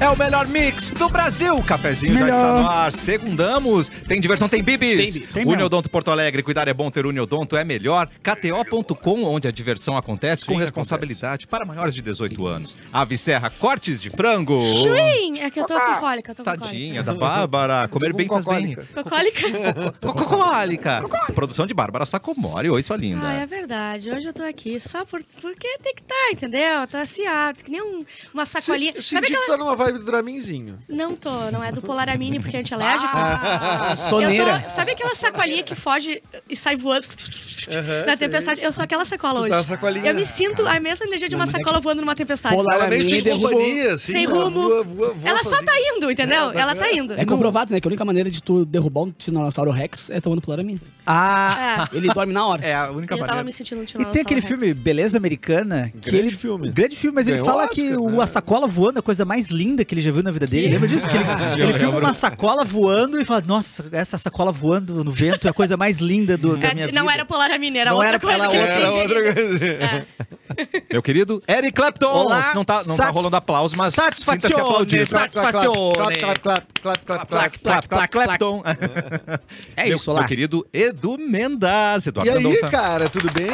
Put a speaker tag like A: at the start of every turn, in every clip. A: É o melhor mix do Brasil. O cafezinho já está no ar. Segundamos. Tem diversão, tem bibis.
B: Tem bibis. Tem
A: Uniodonto Porto Alegre. Cuidar é bom, ter Uniodonto é melhor. KTO.com, onde a diversão acontece com
B: Sim,
A: responsabilidade para maiores de 18 anos. Ave Serra, cortes de frango.
C: Chuim! É que eu tô com cólica, eu tô com
A: Tadinha da Bárbara. Comer
B: com
A: bem faz bem.
B: cocólica.
C: cólica. Tô cólica?
A: Cocólica. Produção de Bárbara Sacomori. Oi, sua linda.
C: Ah, é verdade. Hoje eu tô aqui só por, porque tem que estar, entendeu? Eu tô assim, ah, que nem um- uma sacolinha.
B: Se,
C: Sabe
B: senti que
C: aquela...
B: tá numa vibe do Draminzinho.
C: Não tô, não é do Polaramine porque é antialérgico.
D: Ah,
C: Eu
D: soneira.
C: tô- sabe aquela sacolinha que foge e sai voando
B: sei.
C: na tempestade? Eu sou aquela sacola
B: Tu
C: hoje.
B: tá a sacolinha. é
C: Eu me sinto a mesma energia de uma sacola voando numa tempestade.
D: Polar-
B: Ela nem
D: Dramin
B: sem
D: derrubou.
B: companhia, assim.
C: Sem
B: ela
C: rumo.
B: voa- voa- voa
C: Ela só
B: sozinha.
C: tá indo, entendeu? Ela tá indo.
D: É comprovado, né? Que a única maneira de tu derrubar um Tiranossauro Rex é tomando Polaramina.
E: Ah,
C: É,
D: Ele dorme na hora.
A: É a única
C: eu tava
A: maneira.
C: me sentindo um
E: e tem aquele filme Beleza Americana. Que
B: Grande
E: ele,
B: filme.
E: Grande filme, mas ele
B: Ganhou
E: fala
B: Oscar,
E: que
B: né?
E: o, a sacola voando é a coisa mais linda que ele já viu na vida dele. Lembra disso? Que ele, ele filma uma sacola voando e fala: Nossa, essa sacola voando no vento é a coisa mais linda do, da minha
C: É,
E: vida.
C: não era Polaramine, era
E: Não
C: outra
E: era-
C: coisa
E: ela
C: que eu
E: outra-
C: tinha
B: Era
C: de-
B: outra coisa.
A: Meu querido Eric Clapton.
E: Olá.
A: Não tá, não tá
E: Satis-
A: rolando aplauso, mas sinta-se aplaudido.
E: Satisfazione.
B: Clap, clap, clap, clap, clap, clap.
E: Clap, clap, clap, clap.
A: Clapton.
E: É
A: meu,
E: isso
A: meu
E: lá.
A: querido Edu Mendas. Eduardo
B: E aí,
A: Mendonça.
B: cara, tudo bem?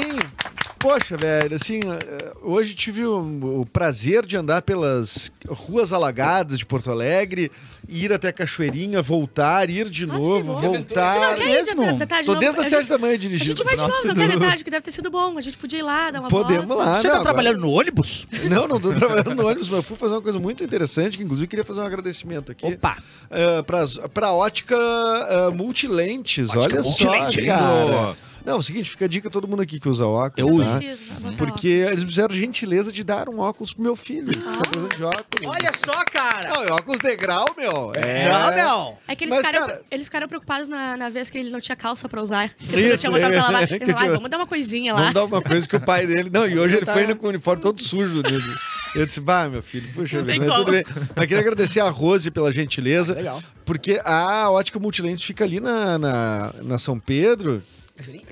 B: Poxa, velho, assim, eh, hoje tive o, o prazer de andar pelas ruas alagadas de Porto Alegre, ir até a Cachoeirinha, voltar, ir de
C: Nossa, que
B: novo,
C: bom.
B: voltar.
C: Não, quer ir de-
E: mesmo?
C: de- de tarde de
B: Tô
C: novo?
B: desde
C: A
B: as
C: gente-
B: 7 da manhã
C: A gente
B: dirigindo.
C: vai de
A: Nossa,
C: novo, não
A: Edu.
C: é tarde, que deve ter sido bom. A gente podia ir lá, dar uma
B: Podemos
C: volta.
B: lá,
E: Você
B: né,
E: tá
B: agora.
E: trabalhando no ônibus?
B: Não, não tô trabalhando no ônibus, mas eu fui fazer uma coisa muito interessante, que inclusive queria fazer um agradecimento aqui.
E: Opa!
B: Ah, pras- pra ótica ah, multilentes.
E: Ótica
B: Olha
E: multilente,
B: só, cara.
A: lindo.
B: Não, é o seguinte, fica a dica a todo mundo aqui que usa óculos.
E: Eu
B: tá?
E: uso.
C: Preciso, vou botar
B: Porque eles me fizeram gentileza de dar um óculos pro meu filho. que Está precisando de óculos.
E: só, cara!
B: Não, é óculos degrau, meu. É.
E: Não, não!
C: É que eles,
B: Mas,
C: ficaram,
B: cara-
C: eles ficaram preocupados na, na vez que ele não tinha calça pra usar. Depois eu
B: Isso,
C: tinha botado pra
B: é.
C: lavar.
B: Que
C: Ele falou, "Ai,
B: eu-
C: vamos dar uma coisinha lá.
B: Vamos dar uma coisa que o pai dele. Não, e hoje ele
D: Tá.
B: foi indo com o uniforme todo sujo. né? Eu disse, bah, meu filho, puxa
C: Não
B: vida,
C: tem
B: mas tudo
C: como.
B: bem. Mas queria agradecer a Rose pela
A: É.
B: gentileza.
D: Legal.
B: Porque a ótica multilentes fica ali na, na, na São Pedro.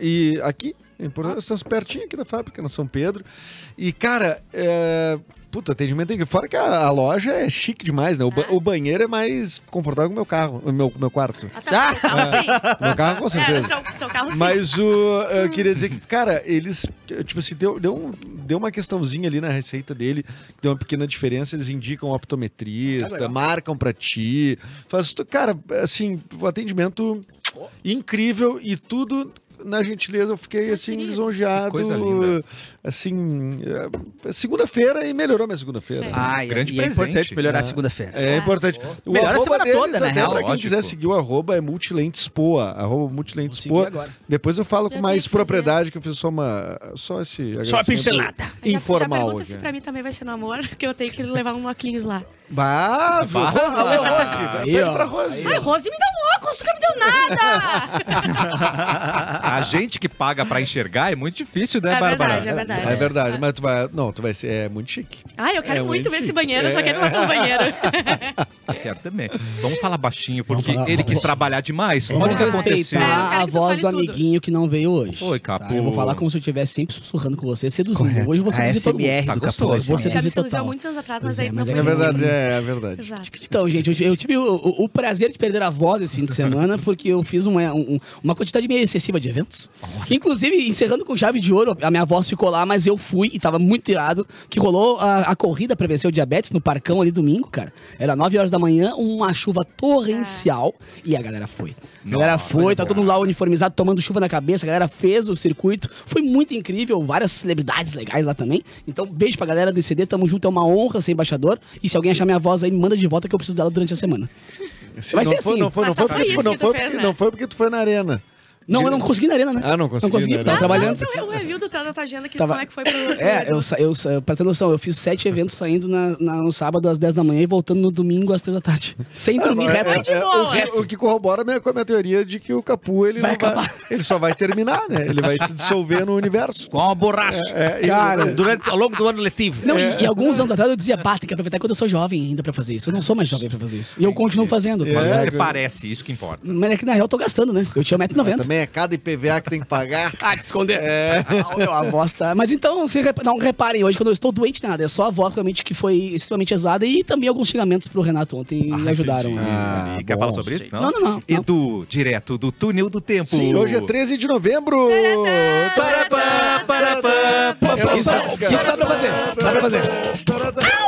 B: E aqui, em Porto- estamos pertinho aqui da fábrica, na São Pedro. E, cara, é... puta, atendimento tem que. Fora que a, a loja é chique demais, né? O, ba-
C: Ah.
B: o banheiro é mais confortável que o meu carro, o meu, meu quarto.
C: Ah, tá, teu carro sim.
B: O meu carro, com
C: É,
B: certeza.
C: teu- teu carro sim.
B: Mas o, eu queria dizer que, cara, eles, tipo assim, deu, deu, um- deu uma questãozinha ali na receita dele, que deu uma pequena diferença, eles indicam
D: Ah,
B: optometrista,
D: legal.
B: marcam pra ti, faz tu, cara, assim, o atendimento incrível e tudo na gentileza, eu fiquei,
C: Ai,
B: assim,
C: querido.
B: lisonjeado.
A: Que coisa linda.
B: Assim, é, segunda-feira e melhorou minha segunda-feira.
C: Sim.
E: Ah,
A: Grande
E: e, e é
A: presente.
E: importante melhorar a segunda-feira.
B: É importante. O
E: Melhora a
B: arroba
E: semana
B: deles,
E: toda, na
B: até
E: real,
B: Pra quem
A: lógico.
B: quiser seguir o arroba é multilentespoa. Arroba
D: Vou seguir
B: multilentespoa.
D: agora.
B: Depois eu falo
C: Eu
B: com mais
C: tenho que fazer.
B: propriedade, que eu fiz só uma. Só esse.
E: Só uma
B: agradecimento
E: pincelada.
C: Já- Já
B: Informal.
C: pergunta se pra mim também vai ser no amor, que eu tenho que levar um óculos lá.
B: Bah, viu?
A: Bah.
B: Alô, Rose.
D: Aí,
B: Pede
D: ó.
B: pra Rose.
C: Ai, Rose, me dá um óculos, nunca me deu nada!
A: A gente que paga pra enxergar é muito difícil, né,
C: É
A: Bárbara?
C: verdade, é verdade.
B: É verdade, mas tu vai. Não, tu vai ser. É muito chique.
C: Ai, eu quero
B: É
C: muito ver
B: muito
C: esse banheiro, eu só
B: chique.
C: quero ir lá pro banheiro.
A: Eu quero também. Vamos falar baixinho, porque
D: Vamos falar-
A: ele quis
D: vamos-
A: trabalhar demais.
D: Vamos
A: Olha o que aconteceu.
C: É, eu
D: respeitar
C: quero
D: a
C: que tu
D: voz do
C: fale tudo.
D: amiguinho que não veio hoje.
A: Oi,
D: tá?
A: Capu.
D: Eu vou falar como se eu estivesse sempre sussurrando com você, seduzindo. Hoje eu vou
E: A
D: seduzir todo
E: SMR
D: mundo.
A: Tá
E: do
A: gostoso.
E: Capô.
D: Vou
C: Já me
D: seduzir
C: seduziu há
D: total.
C: muitos anos atrás,
D: Pois
C: mas
D: é,
C: aí não
D: mas
C: foi
B: É verdade,
C: possível.
B: é, é verdade.
C: Exato.
D: Então, gente, eu, eu tive o, o- o prazer de perder a voz esse fim de semana, porque eu fiz uma, um- uma quantidade meio excessiva de eventos. Que, inclusive, encerrando com chave de ouro, a minha voz ficou lá, mas eu fui e tava muito irado. Que rolou a, a corrida pra vencer o diabetes no parcão ali domingo, cara. Era 9 horas da manhã, uma chuva torrencial, e a galera foi. A galera
A: Nossa,
D: foi, tá
A: legal.
D: todo mundo lá uniformizado, tomando chuva na cabeça, a galera fez o circuito. Foi muito incrível, várias celebridades legais lá também. Então, beijo pra galera do ICD, tamo junto, é uma honra ser embaixador. E se alguém achar minha voz aí, me manda de volta que eu preciso dela durante a semana.
B: Se
D: Vai
B: não
D: ser
B: foi-
D: assim.
B: Não foi, não
C: Mas
B: foi
C: só
B: porque
C: foi
B: tu-
C: isso
B: não
C: que tu
B: foi
C: fez,
B: porque-
C: né?
B: não foi porque tu foi na arena.
D: Não, eu não consegui na arena, né?
B: Ah, não consegui
D: Não consegui,
B: na
D: tava
B: arena.
D: trabalhando.
C: Ah, não, o review do da tua agenda, que,
D: Tava-
C: como é que foi pro...
D: É, eu, sa- eu, sa- pra ter noção, eu fiz sete eventos saindo na- na- no sábado às 10 da manhã e voltando no domingo às 3 da tarde. Sem dormir reto.
C: é- de boa.
B: o, que, o que corrobora a minha- com a minha teoria de que o Capu ele,
D: Vai
B: não vai- ele só vai terminar, né? Ele vai se dissolver no universo.
E: Com uma borracha.
B: É, é,
D: Cara.
E: Durante, ao longo do ano letivo.
D: Não, e, e alguns anos atrás eu dizia, pá, tem que aproveitar quando eu sou jovem ainda pra fazer isso. Eu não sou mais jovem pra fazer isso. E eu continuo fazendo.
B: É.
A: Mas você
B: cara.
A: parece, isso que importa.
D: Mas é que na real eu tô gastando, né? Eu tinha 1,90m.
B: Também é cada IPVA que tem que pagar.
D: Ah, te esconder. Não, meu, a voz tá. Mas então, se rep- não reparem hoje que eu não estou doente nada. É só a voz realmente que foi extremamente exada e também alguns xingamentos pro Renato ontem me ajudaram.
A: entendi.
D: né?
A: Ah, Quer falar sobre isso?
D: Não, não, não. não.
A: Edu, direto do túnel do tempo.
B: Sim, hoje é 13 de novembro.
A: Parapá,
B: é
A: parapá, pá, pá,
D: Isso,
A: pá.
D: isso dá pra fazer. Dá pra fazer.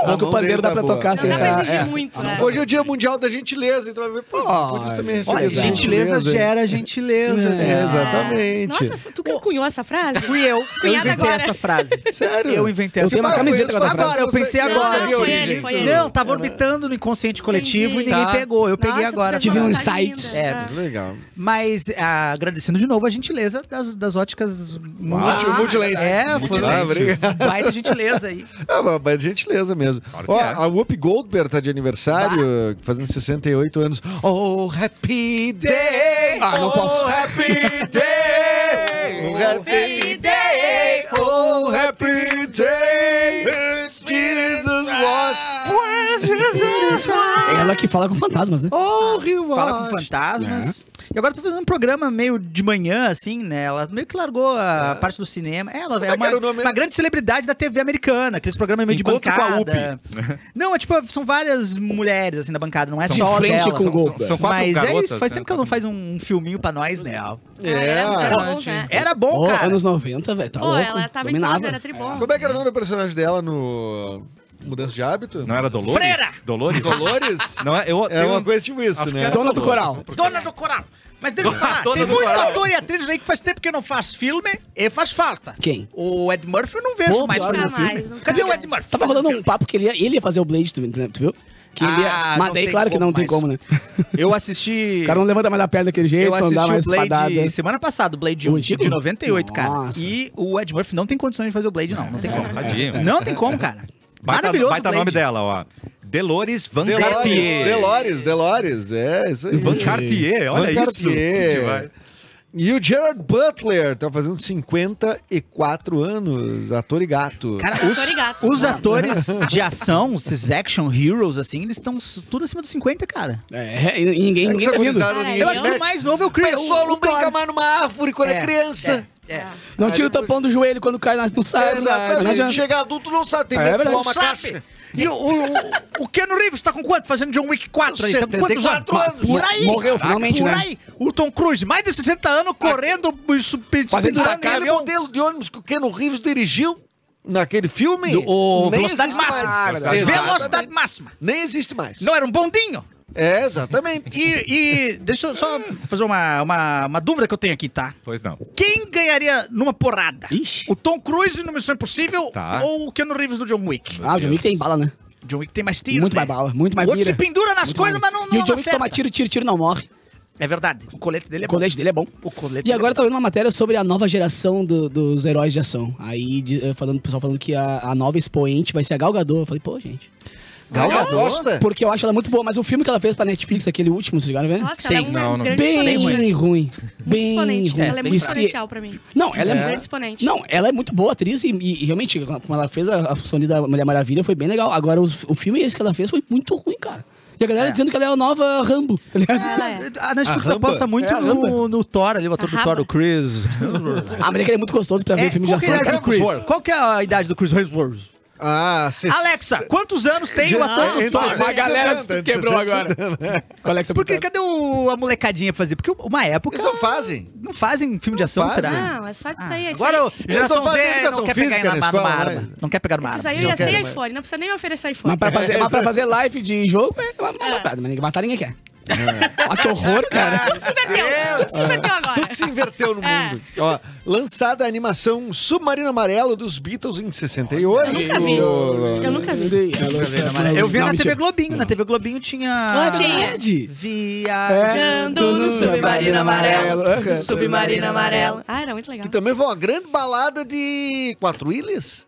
B: A
D: Não, que o
B: mão dele
D: pandeiro dá
B: tá
D: pra
B: boa.
D: tocar sem
C: Não dá pra
D: tá-
C: exigir
D: é.
E: Ah,
C: muito, né?
B: Hoje é o Dia Mundial da Gentileza, então vai ver, pô, por isso também receber
E: Olha,
B: essa
E: gentileza
B: hein?
E: gera gentileza.
B: É,
E: né?
B: exatamente.
C: Nossa, tu que cunhou essa frase?
E: Fui eu. Eu
C: Cunhada
E: inventei
C: agora.
E: essa frase.
B: Sério?
E: Eu inventei
D: Eu
E: essa
D: tenho uma
E: frase.
D: camiseta com essa frase.
E: Agora, eu pensei
B: Eu
E: agora.
B: sabia a
C: Foi ele,
B: origem.
C: foi ele.
E: Não, tava orbitando no inconsciente coletivo
C: Entendi.
E: e ninguém
A: Tá.
E: pegou. Eu peguei
C: Nossa,
E: agora.
C: tu fez
D: Tive
C: uma
D: um
C: vontade
D: insight.
C: linda.
E: É,
C: Tá.
B: Legal.
E: Mas ah, agradecendo de novo a gentileza das, das óticas multi-
B: Multi- multilentes.
E: É, foi
A: Multilentes.
B: Ah, obrigado.
E: baita gentileza aí.
B: Ah, mas- mas gentileza mesmo.
A: Claro que
B: Ó,
A: é.
B: a Whoopi Goldberg tá de aniversário, fazendo 68 anos. Oh, happy day!
D: Ah, não posso.
A: Oh, happy day!
B: Oh, happy day!
A: Oh, happy day!
B: Jesus was...
D: Ela que fala com fantasmas, né?
B: Oh, he was...
E: Fala com
A: Né?
E: fantasmas. E agora tá fazendo um programa meio de manhã, assim, né? Ela meio que largou a parte do cinema. Ela é
B: é que
E: uma,
B: era o nome?
E: uma grande celebridade da TV americana, aqueles programas meio
A: Encontro
E: de
A: com a
E: bancada. Não, é tipo, são várias mulheres, assim, na bancada. Não é
D: São
E: só
D: de frente
E: dela.
D: com o gol.
A: São, são quatro
E: Mas
A: garotas.
E: é isso, faz
A: né?
E: tempo que ela não faz um filme pra nós, né?
B: É.
E: Era bom,
D: Ô,
E: cara.
D: anos 90, velho. Tá
C: né? Pô,
D: louco.
C: ela tava em
D: Dominava.
C: tudo, era tribom.
B: Como é que era o nome do personagem dela no Mudança de Hábito?
A: Não era Dolores?
E: Freira!
A: Dolores?
B: um Dolores?
A: Não, é- eu,
B: É
A: eu-
B: uma coisa tipo isso,
A: acho que
B: né?
A: era
D: Dona do Coral.
E: Dona do Coral. Mas deixa eu falar,
A: Dona
E: tem
A: do
E: muito
A: Coral.
E: ator e atriz aí que faz tempo que não faz filme e faz falta.
D: Quem?
E: O Ed Murphy eu não vejo
D: Pô,
E: mais
D: pior,
E: fazendo
D: não
E: filme.
C: mais, não
E: Cadê
C: tá.
E: o Ed Murphy?
D: Tava rolando um papo que ele ia, ele ia fazer o Blade, tu, tu- tu viu? Que ele ia,
E: Ah,
D: mas
E: não
D: daí,
E: tem
D: claro que não
E: como
D: tem
E: mais.
D: como, né?
E: Eu assisti...
D: O cara não levanta mais a perna daquele jeito,
E: Eu
D: não
E: assisti
D: dá
E: o
D: mais espadada.
E: Blade semana passada, o Blade
D: O
E: 1,
D: antigo?
E: de 98, cara.
D: Nossa.
E: E o Ed Murphy não tem condições de fazer o Blade, não. Não tem
A: É,
E: como.
A: tadinho.
E: Não tem como, cara.
A: Baita,
E: Maravilhoso
A: baita
E: o Blade.
A: nome dela, ó. Delores Van
B: Delores,
A: Cartier.
B: Delores, Delores, é isso aí.
A: Van Cartier, olha
B: Van
A: isso.
B: Cartier.
A: Demais.
B: E o Gerard Butler tá fazendo 54 anos, ator e gato.
E: Cara,
C: Tô
E: os,
C: ligado.
E: os atores de ação, esses action heroes, assim, eles estão s- tudo acima dos 50, cara.
D: É, e ninguém, ninguém tá vindo.
C: Cara,
E: Eu acho que o mais novo é o Chris.
D: um,
E: o- o Thor.
B: mais numa árvore quando
E: É, É, é.
D: Não tira o tampão do joelho quando cai, na- não sai. não dá, Tá, não adianta.
B: Chega adulto não sabe, tem
D: É
B: medo de
D: verdade.
B: pular uma
E: Sabe?
B: caixa.
E: E o, o, o Keanu Reeves tá com quanto? Fazendo John Wick 4 aí? Tá com quantos
B: 74
E: anos?
B: anos.
E: Por aí.
D: Morreu,
E: Caraca,
D: finalmente,
E: Por
D: né?
E: aí. O Tom Cruise, mais de 60 anos, correndo, isso,
D: Fazendo
E: pendurando em
D: estacada.
B: Aquele
E: avião.
B: modelo de ônibus que o Keanu Reeves dirigiu naquele filme.
E: Do- o
B: nem
E: Velocidade
B: existe
E: Máxima.
B: mais.
A: Velocidade
B: Exatamente.
E: Velocidade máxima.
B: Nem existe mais.
E: Não era um bondinho?
B: É, exatamente.
E: E, e deixa eu só fazer uma, uma, uma dúvida que eu tenho aqui, tá?
A: Pois não.
E: Quem ganharia numa porrada?
D: Ixi.
E: O Tom Cruise no Missão Impossível
A: Tá.
E: ou o Keanu Reeves do John Wick?
D: Ah, o John Wick tem bala, né?
E: John Wick tem mais tiro,
D: muito
E: né?
D: mais bala, muito mais
E: o outro se
D: mira.
E: pendura nas
D: muito
E: coisas,
D: mais-
E: mas não,
D: E
E: não
D: o John Wick
E: acerta.
D: toma tiro, tiro, tiro, não morre.
E: É verdade. O colete dele é
D: O colete dele é bom.
E: bom. O colete
D: E agora tá vendo uma matéria sobre a nova geração do- dos heróis de ação. Aí, de- eh, falando, o pessoal falando que a, a nova expoente vai ser a Gal Gadot. Eu falei, pô, gente.
B: Gal Gadot?
D: Porque eu acho ela muito boa, mas o filme que ela fez pra Netflix, aquele último, vocês ligaram, velho?
C: Nossa, ela é
A: Sim,
C: um
A: não, não.
C: grande
D: Bem
C: exponente.
D: ruim.
C: Muito
D: Bem
C: exponente.
D: ruim.
C: Ela é muito
D: E se-
C: exponencial pra mim.
D: Não, ela
C: Um
D: é,
C: grande exponente.
D: Não, ela é muito boa atriz e, e realmente, como ela fez a, a função ali da Mulher Maravilha, foi bem legal. Agora, os- o filme esse que ela fez foi muito ruim, cara. E a galera
E: É.
D: dizendo que ela é a nova Rambo, tá ligado?
C: Ela é.
E: A Netflix
B: A ramba?
E: aposta muito
D: É, a
E: no, no Thor ali, o ator
C: A
E: do Thor,
C: raba.
E: o Chris.
D: Ah, mas é que ele é muito gostoso pra ver
E: É,
D: filme de
E: qual, que é
D: ação.
E: a idade
D: cara.
E: do Chris? qual que é a idade do Chris Hemsworth?
B: Ah, se-
E: Alexa, quantos anos tem o ator
C: é
E: do
B: entre
E: Thor?
B: 60
D: Tá, A galera
C: né?
B: e 70,
D: quebrou
B: entre 60 e
D: agora.
B: 70.
D: Qual é que você
E: Porque
D: botou?
E: cadê o- a molecadinha pra fazer? Porque uma época
B: Eles não fazem.
E: não fazem filme de ação,
B: fazem.
E: será?
C: Não, é só disso aí. é isso
E: Tá. Ah, Agora,
C: aí.
E: o geração
B: só fazem
E: Z
B: educação
E: não quer
B: física
E: pegar na,
B: na
E: numa
B: escola,
E: arma.
B: né?
E: Não quer pegar numa
C: Esses
E: arma.
C: aí eu
B: Não
C: ia
B: quero
C: sem
B: mais.
C: iPhone. Não precisa nem me oferecer iPhone.
D: Mas pra fazer, mas pra fazer live de jogo, é uma maldade, mas ninguém matar ninguém quer.
C: É.
D: Ah, que horror, cara.
C: Tudo se perdeu. Tudo se perdeu agora.
B: Tudo se inverteu no
C: É.
B: mundo. Ó, lançada a animação Submarino Amarelo dos Beatles em 68.
C: Ah, nunca vi. Eu nunca vi.
E: Eu vi
D: Não,
E: na
D: mentira.
E: TV Globinho. Na TV Globinho tinha...
C: Lá tinha.
D: É.
E: Viajando
C: no submarino amarelo.
D: Aham.
C: Submarino amarelo. Ah, era muito
E: Então,
C: legal.
B: Que também foi uma grande balada de quatro ilhas.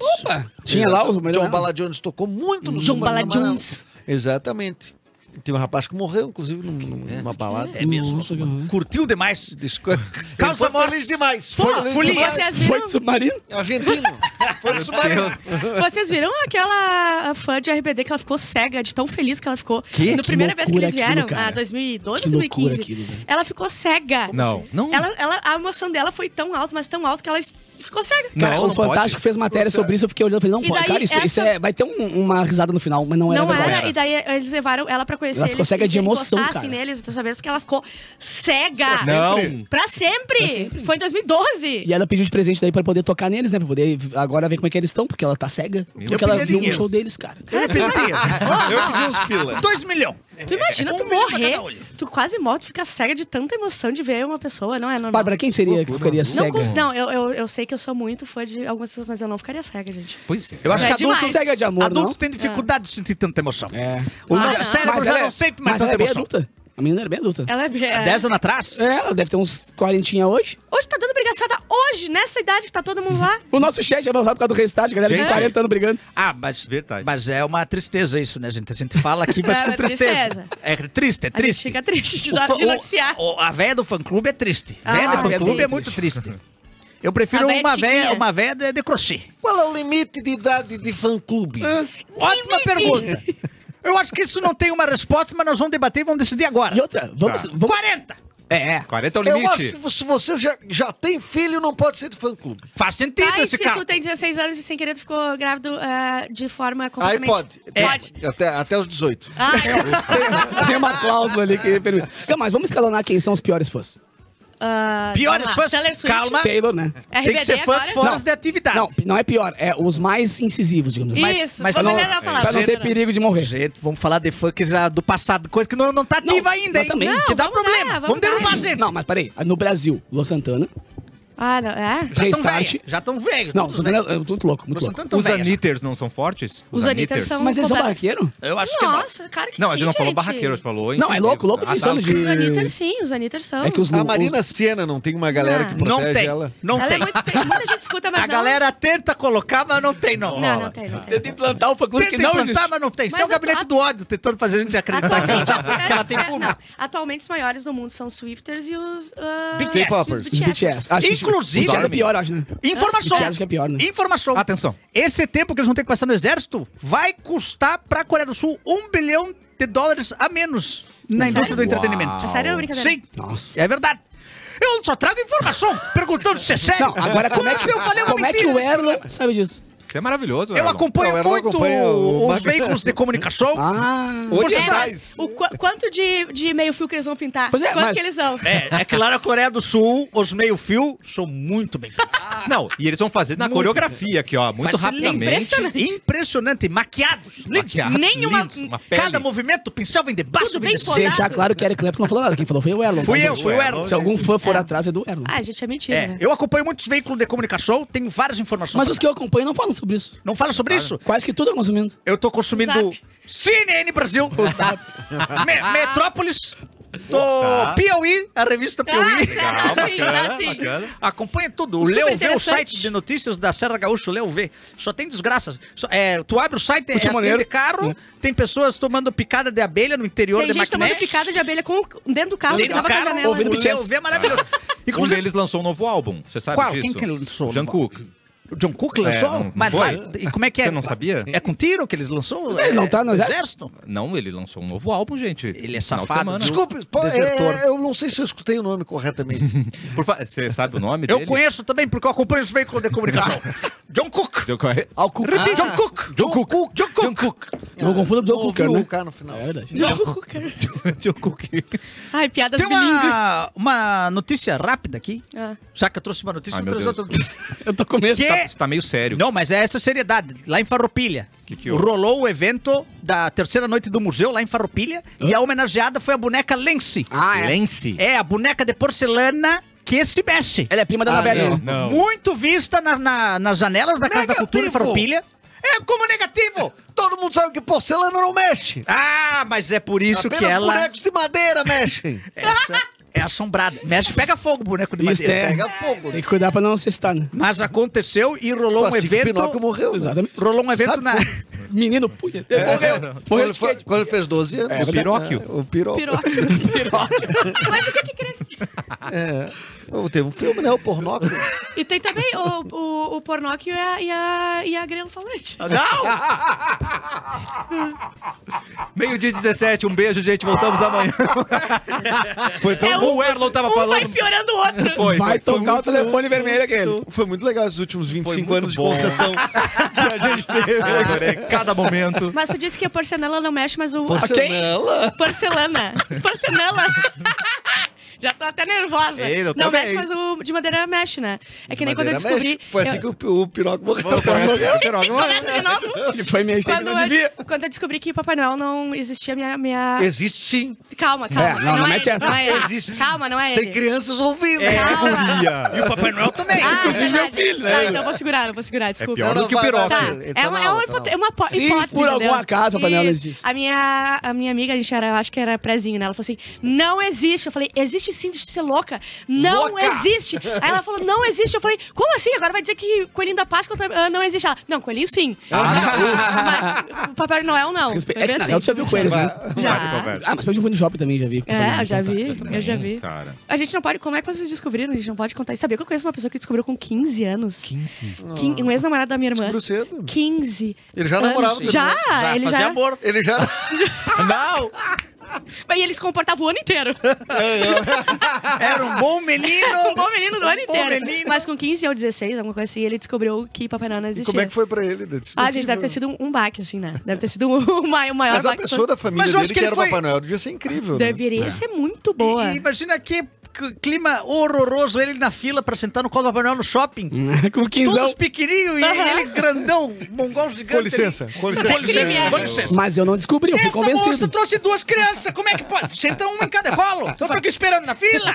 D: Opa, tinha lá os né?
B: John Bala Jones tocou muito no
C: John Bala
B: Submarino Amarelo.
C: Jones.
B: Exatamente. Tem um rapaz que morreu, inclusive, num- numa balada.
E: É mesmo.
D: Nossa, que horror.
E: Curtiu demais.
B: Desco- Ele
E: Calça
B: foi
E: morta.
B: feliz demais.
C: Pô,
B: Foi feliz
E: folia.
B: demais. É
C: vocês
D: Foi
C: viram?
D: de submarino?
B: Argentino. Foi isso mesmo.
C: Vocês viram aquela fã de RBD que ela ficou cega de tão feliz que ela ficou?
A: Que?
C: Na
D: Que
C: primeira vez que
D: loucura
C: eles
D: aquilo,
C: vieram,
D: cara.
C: ah, 2012,
D: Que loucura
C: 2015.
D: aquilo, velho.
C: Ela ficou cega.
A: Não, não.
C: Ela, ela, a emoção dela foi tão alta, mas tão alta que ela es- ficou cega.
A: Não,
D: Cara, o
A: não
D: Fantástico fez matéria sobre isso, eu fiquei olhando e falei, não,
C: E
D: pode.
C: daí
D: cara, isso, isso
C: essa-
D: é, vai ter um- uma risada no final, mas não era
C: Não é.
D: verdade.
C: era, e daí eles levaram ela pra conhecer
D: Ela ficou
C: eles.
D: cega
C: e
D: de
C: que eles
D: emoção,
C: gostassem
D: cara.
C: neles dessa vez, porque ela ficou cega.
A: Não.
C: Pra sempre.
D: Pra sempre.
C: Foi em 2012.
D: E ela pediu de presente daí pra poder tocar neles, né? Pra poder agora ver como é que eles estão, porque ela tá cega.
A: Meu
D: porque ela
E: Deus.
D: viu um show deles, cara.
E: Eu pedi
B: Eu pedi uns pila.
E: 2 milhões.
C: Tu
D: é
C: imagina
E: Um
C: tu
E: milhão pra
C: morrer,
E: cada olho.
C: tu quase morre, tu fica cega de tanta emoção de ver uma pessoa, não é normal.
D: Bárbara, quem seria que ficaria
C: não,
D: cega?
C: cons- não eu, eu, eu sei que eu sou muito fã de algumas pessoas, mas eu não ficaria cega, gente.
A: Pois é.
E: Eu acho
C: É
E: que adulto,
C: demais.
D: Cega de amor,
E: adulto
D: não?
E: tem dificuldade de sentir tanta emoção.
D: É.
E: O
C: Ah,
E: meu
C: não.
E: cérebro já não sente
D: mas
E: mais
D: ela
E: tanta
D: é bem
E: emoção.
D: adulta. A menina era bem adulta.
C: Ela é. bem-
E: Há 10 anos atrás?
D: É, ela deve ter uns 40 hoje.
C: Hoje tá dando brigaçada, hoje, nessa idade que tá todo mundo lá.
D: O nosso chat já vai usar por causa do restart, galera de
A: Gente.
D: 40 anos brigando.
E: Ah, mas,
A: Verdade.
E: mas é uma tristeza isso, né, gente? A gente fala aqui,
C: É
E: mas com
C: uma
E: tristeza.
C: tristeza.
E: É triste, é
C: A gente
E: triste.
C: fica triste de,
E: O
C: dar-
E: fã-
C: de
E: o-
C: noticiar.
E: o- a véia do fã-clube é triste. A véia
C: Ah,
E: do fã-clube
C: sim.
E: é muito triste. Eu
C: A
E: prefiro
C: véia é
E: uma
C: chiquinha.
E: véia, uma véia de, de crochê.
B: Qual é o limite de idade de fã-clube?
D: É.
E: Ótima pergunta. Eu acho que isso não tem uma resposta, mas nós vamos debater e vamos decidir agora.
D: E outra, vamos.
A: Tá.
D: vamos...
E: 40! É,
A: 40 é o
B: Eu acho
A: limite.
B: que se você já, já tem filho, não pode ser de fã-clube.
E: faz sentido
C: Tá, e
E: esse
C: se
E: carro.
C: tu tem 16 anos e sem querer tu ficou grávido ah, de forma
B: Aí
C: completamente...
B: pode.
C: Pode.
B: Até, até os 18.
E: É.
C: Ah,
D: Tem uma cláusula ali que permite. Não, mas vamos escalonar quem são os piores fãs.
C: ah,
E: Piores
C: vamos lá.
E: fãs,
C: Taylor Swift,
E: calma.
D: Taylor, né?
C: RBD
E: Tem que ser fãs
C: agora.
E: fora
D: Não.
E: de atividade.
D: Não, não é pior, é os mais incisivos, digamos assim.
E: Mas-
C: Isso,
E: mas
C: vou
E: não-
C: melhorar a palavra.
D: Pra não ter perigo de morrer.
E: Gente, vamos falar de funk já do passado, coisa que não, não tá ativa
D: Não,
E: ainda,
D: mas
E: hein?
D: também.
E: que
C: Não,
E: dá
C: vamos
E: problema.
C: lá,
E: vamos
C: vamos
E: derrubar
C: lá.
E: a gente.
D: Não, mas peraí. No Brasil, Luan Santana,
C: Ah, não, é?
E: já estão
D: Restart.
E: velhos. Já estão velhos.
D: Não, o
E: todos
D: Santana
E: velhos.
D: é muito louco, muito
E: Os
D: louco.
E: Santana tão
A: Os
E: velhos.
A: Anitters não são fortes?
C: Os Anitters são-
D: Mas eles são
C: Compara-
D: barraqueiro?
E: Eu acho que
C: Nossa, claro que
A: Não,
C: sim,
A: a gente não falou
C: gente.
A: barraqueiro, a gente falou
D: Não, é
A: incisivo.
D: louco, louco
A: Ah,
D: de
A: tá,
D: sano
A: ok.
D: de...
C: Os Anitters sim, os Anitters são.
D: É que os
B: A
D: os-
B: Marina Sena não tem uma galera que
E: não.
B: protege
E: Não tem.
B: ela?
E: Não
C: Ela
E: tem.
C: é muito... Muita gente escuta, Tá, mas
E: A
C: não-
E: galera tenta colocar, mas não tem, não.
C: Não, não tem, não tem.
D: Tenta implantar o fã-clube
E: Tenta implantar, mas não tem. Isso
C: Mas
E: é o gabinete
C: a-
E: do ódio, tentando fazer a gente acreditar que ela,
C: Atualmente,
E: já- que ela tem
C: é,
E: público.
C: não. Atualmente, os maiores do mundo são os Swifters e os. ah,
E: BTS.
C: Os
B: K-popers.
D: Os BTS. Acho que-
E: Inclusive-
D: BTS é pior, eu acho, né?
E: Informação.
D: BTS que é pior, né?
E: Informação.
A: Atenção.
E: Esse é tempo que eles vão ter que passar no exército vai custar pra Coreia do Sul um bilhão de dólares a menos na indústria do
A: Uau.
E: entretenimento.
C: É sério ou brincadeira?
E: Sim.
D: Nossa.
E: É verdade. Eu só trago informação, perguntando se é sério.
D: Não, agora como é que,
E: eu falei uma
D: como é que o
E: mentira?
D: Erlon sabe disso?
A: Isso é maravilhoso,
E: Eu
A: Erlon.
E: acompanho
B: Não, eu não
E: muito
B: acompanho o-
E: os veículos de comunicação.
D: Ah...
E: Você
C: É,
E: sabe-
C: mas o qu- quanto de, de meio fio que eles vão pintar?
D: Pois é,
C: quanto
D: mas-
C: que eles são?
E: É, é que lá na Coreia do Sul, os meio-fio são muito bem
A: Não, e eles vão fazer na coreografia aqui, ó, muito
E: Mas
A: rapidamente.
E: Impressionante. Impressionante. Maquiados.
A: Maquiados,
C: Nenhuma-
A: lindos, uma pele.
E: Cada movimento, o pincel vem debaixo,
C: Tudo
E: vem
C: bem
E: de
C: colado.
E: cima.
D: Deixar é claro que o Eric Clapton não falou nada, quem falou foi o Erlon.
E: Fui
D: tá,
E: eu,
D: gente?
E: fui o Erlon.
D: Se algum fã for atrás, é do Erlon.
C: Ah, gente, é mentira.
E: É,
C: né?
E: eu acompanho muitos veículos de comunicação, tenho várias informações.
D: Mas
E: pra
D: os que eu acompanho não falam sobre isso.
E: dar. Não fala sobre isso?
D: Quase que tudo eu consumindo.
E: Eu tô consumindo
C: Zap.
E: CNN Brasil, Me- Metrópolis, tô
A: Tá.
E: Piauí, a revista Piauí.
C: Ah, tá, tá sim, tá
A: bacana,
C: sim.
A: bacana.
E: Acompanha tudo. O
C: Super
E: Leo Vê, o
C: interessante.
E: site de notícias da Serra Gaúcha, o Leo Vê. Só tem desgraças. Só- é, tu abre o site, tem
D: Muito
E: acidente
D: maneiro.
E: de carro,
D: Hum.
E: tem pessoas tomando picada de abelha no interior
C: Tem
E: de
C: gente
E: Maquiné.
C: tomando picada de abelha com, dentro do carro,
E: Dentro
C: que tava
E: do
C: com a
E: carro,
C: janela.
D: ouvindo
E: o Leo
D: BTS.
E: Vê é maravilhoso.
A: Um
E: Inclusive,
A: deles lançou um novo álbum, você sabe
E: Qual?
A: disso?
E: Quem que lançou o novo
A: Jungkook.
E: o John Cook
A: É,
E: lançou?
A: não- não
E: mas
A: foi?
E: lá- e como é que é?
A: Você não sabia?
E: É com tiro que eles lançou?
D: Ele não tá no
E: É,
D: exército?
A: Não, ele lançou um novo álbum, gente.
E: Ele
A: Final
E: é
A: de
E: safado,
A: semana.
E: viu?
B: Desculpe, po- é,
E: Desertor.
B: eu não sei se eu escutei o nome corretamente.
A: Por fa- Você sabe o nome
E: Eu
A: É dele?
E: conheço também porque eu acompanho os veículos de comunicação. John Cook.
A: Eu conheço.
D: Ao cu.
E: Repita,
B: Ah.
E: John Cook.
A: John Cook.
E: John Cook.
D: Não confunda com
B: Não
D: o John Cooker,
B: ouviu
D: né?
B: é, o K no final.
D: É verdade.
C: Não, cara.
A: Jungkook.
C: Ai, piadas
E: Tem
C: bilíngues.
E: uma, uma notícia rápida aqui.
C: Ah.
E: Já que eu trouxe uma notícia,
A: Ai,
E: eu
A: meu
E: trouxe
A: Deus.
E: outra notícia.
D: Eu tô com medo.
E: Que-
A: Tá, você tá meio sério.
E: Não, mas é essa seriedade. Lá em Farroupilha.
A: Que que houve?
E: rolou o evento da terceira noite do museu lá em Farroupilha. E a homenageada foi a boneca Lense.
D: Ah, é.
A: Lance.
E: É, a boneca de porcelana que se mexe.
D: Ela é prima da
B: Ah,
D: Anabelle.
B: não.
D: né?
A: Não.
E: Muito vista na- na- nas janelas da Casa da Cultura em
B: Negativo.
E: Farroupilha. É como negativo!
B: Todo mundo sabe que porcelana não mexe.
E: Ah, mas é por isso
B: Apenas
E: que ela
B: bonecos de madeira mexem.
E: essa é assombrada. Mexe, pega fogo, boneco de
D: Isso
E: madeira.
D: é.
B: Pega fogo.
D: Tem que cuidar pra não se estar, né?
E: Mas aconteceu e rolou um
B: Assim que
E: evento.
B: Pinóquio morreu. né?
D: Exatamente.
E: Rolou um evento
B: Sabe
E: na.
D: Menino, puta. Morreu.
B: Quando
D: Morreu
B: ele,
D: de
B: É. foi-
D: quê?
B: quando ele fez 12 anos. né?
E: Oh.
A: É, o Piróquio.
B: É, o piróquio.
C: Piroca. Mas o que que cresce?
B: É. Ô, Teve um filme, né? O pornóculo.
C: E tem também o, o, o Pornóquio e a, e a, e a Grêmio Falante.
A: Não! Meio dia 17, um beijo, gente. Voltamos amanhã.
B: Foi
E: Então,
B: tão
C: É
B: bom.
A: o Erlon tava
C: um vai
A: falando.
C: piorando o outro.
A: Foi,
D: Vai
B: foi
D: tocar o
B: muito
D: telefone vermelho aquele.
B: Foi muito legal esses últimos 25
A: muito
B: anos
A: bom.
B: de concessão que a gente teve.
A: Adorei cada momento.
C: Mas tu disse que a porcelana não mexe, mas o.
D: Porce-
C: Ok?
B: Porcelana.
C: Porcelana. Porcelana. Já tô até nervosa.
A: Ei, eu
C: não
A: também.
C: mexe, mas o de madeira mexe, né? É que nem quando eu
B: Madeira
C: descobri.
B: mexe. Foi assim
C: eu-
B: que o, o Piroca morreu.
C: Começa de novo.
D: Ele foi mexer que
C: Quando é
D: não devia.
C: eu, quando eu descobri que Papai Noel não existia, minha. minha...
B: Existe sim.
C: Calma, calma.
D: É, não, não mete
C: ele,
D: essa.
C: Não é ele.
B: Existe.
C: Calma, não é ele.
B: Tem crianças ouvindo.
C: É.
A: Guria.
E: E o Papai Noel também.
C: Ah,
D: Inclusive
C: verdade.
D: meu filho, né?
C: Tá, então eu vou segurar, eu vou segurar, desculpa.
A: pior do que o Piroca.
C: Tá,
D: então
C: é uma, é uma, hipote- é uma po-
D: Se
C: hipótese.
D: por algum
C: entendeu?
D: acaso a panela
C: Isso.
D: existe.
C: A minha, a minha amiga, a gente era, eu acho que era prezinho, né? Ela falou assim: não existe. Eu falei: existe sim, deixa de ser louca. Não
B: Louca!
C: existe. Aí ela falou: não existe. Eu falei: como assim? Agora vai dizer que coelhinho da Páscoa tam- ah, não existe. Ela: não, coelhinho sim. Mas o Papai Noel não.
D: Ah. Respe...
C: Foi
D: É que
C: assim.
D: na real tu já viu com eles, né?
C: Já.
D: Ah, mas pelo menos eu fui no shopping também, já vi.
C: É, eu já
D: Então tá.
C: vi, eu já vi.
A: Cara.
C: A gente não pode. Como é que vocês descobriram? A gente não pode contar. E sabia que eu conheço uma pessoa que descobriu com 15 anos?
E: 15.
C: Quin- um ex-namorado da minha irmã.
B: Descobriu cedo.
C: 15.
B: Ele já
C: anos.
B: namorava. com
C: Já,
B: ele.
E: Já,
C: ele
E: fazer
C: já.
E: amor.
B: Ele já...
A: Não!
C: Mas ele se comportava o ano inteiro.
E: Era um bom menino.
B: É
C: um bom menino do ano inteiro.
E: menino.
C: Mas com 15 ou 16, alguma coisa assim, ele descobriu que Papai Noel não
B: E
C: existia.
B: como é que foi pra ele? Disse,
C: Ah, gente, deve ter sido um, um baque, assim, né? Deve ter sido um, um ma- o maior
B: Mas a
C: baque.
B: pessoa da família
E: Mas eu acho
B: dele, que
E: que ele
B: era o
E: foi-
B: Papai Noel, devia ser incrível. né?
C: Deveria ser muito boa.
E: E, e imagina que c- clima horroroso ele na fila pra sentar no colo do Papai Noel no shopping.
D: Com o quinzão.
E: Todos pequenininhos e ele grandão, mongol gigante.
B: Com licença, com licença.
E: Com licença, com
C: É.
E: licença.
D: Mas eu não descobri, eu fui
E: Essa moça
D: convencido.
E: trouxe duas crianças, como é que pode? Senta um em cada colo. Então tô aqui esperando na fila.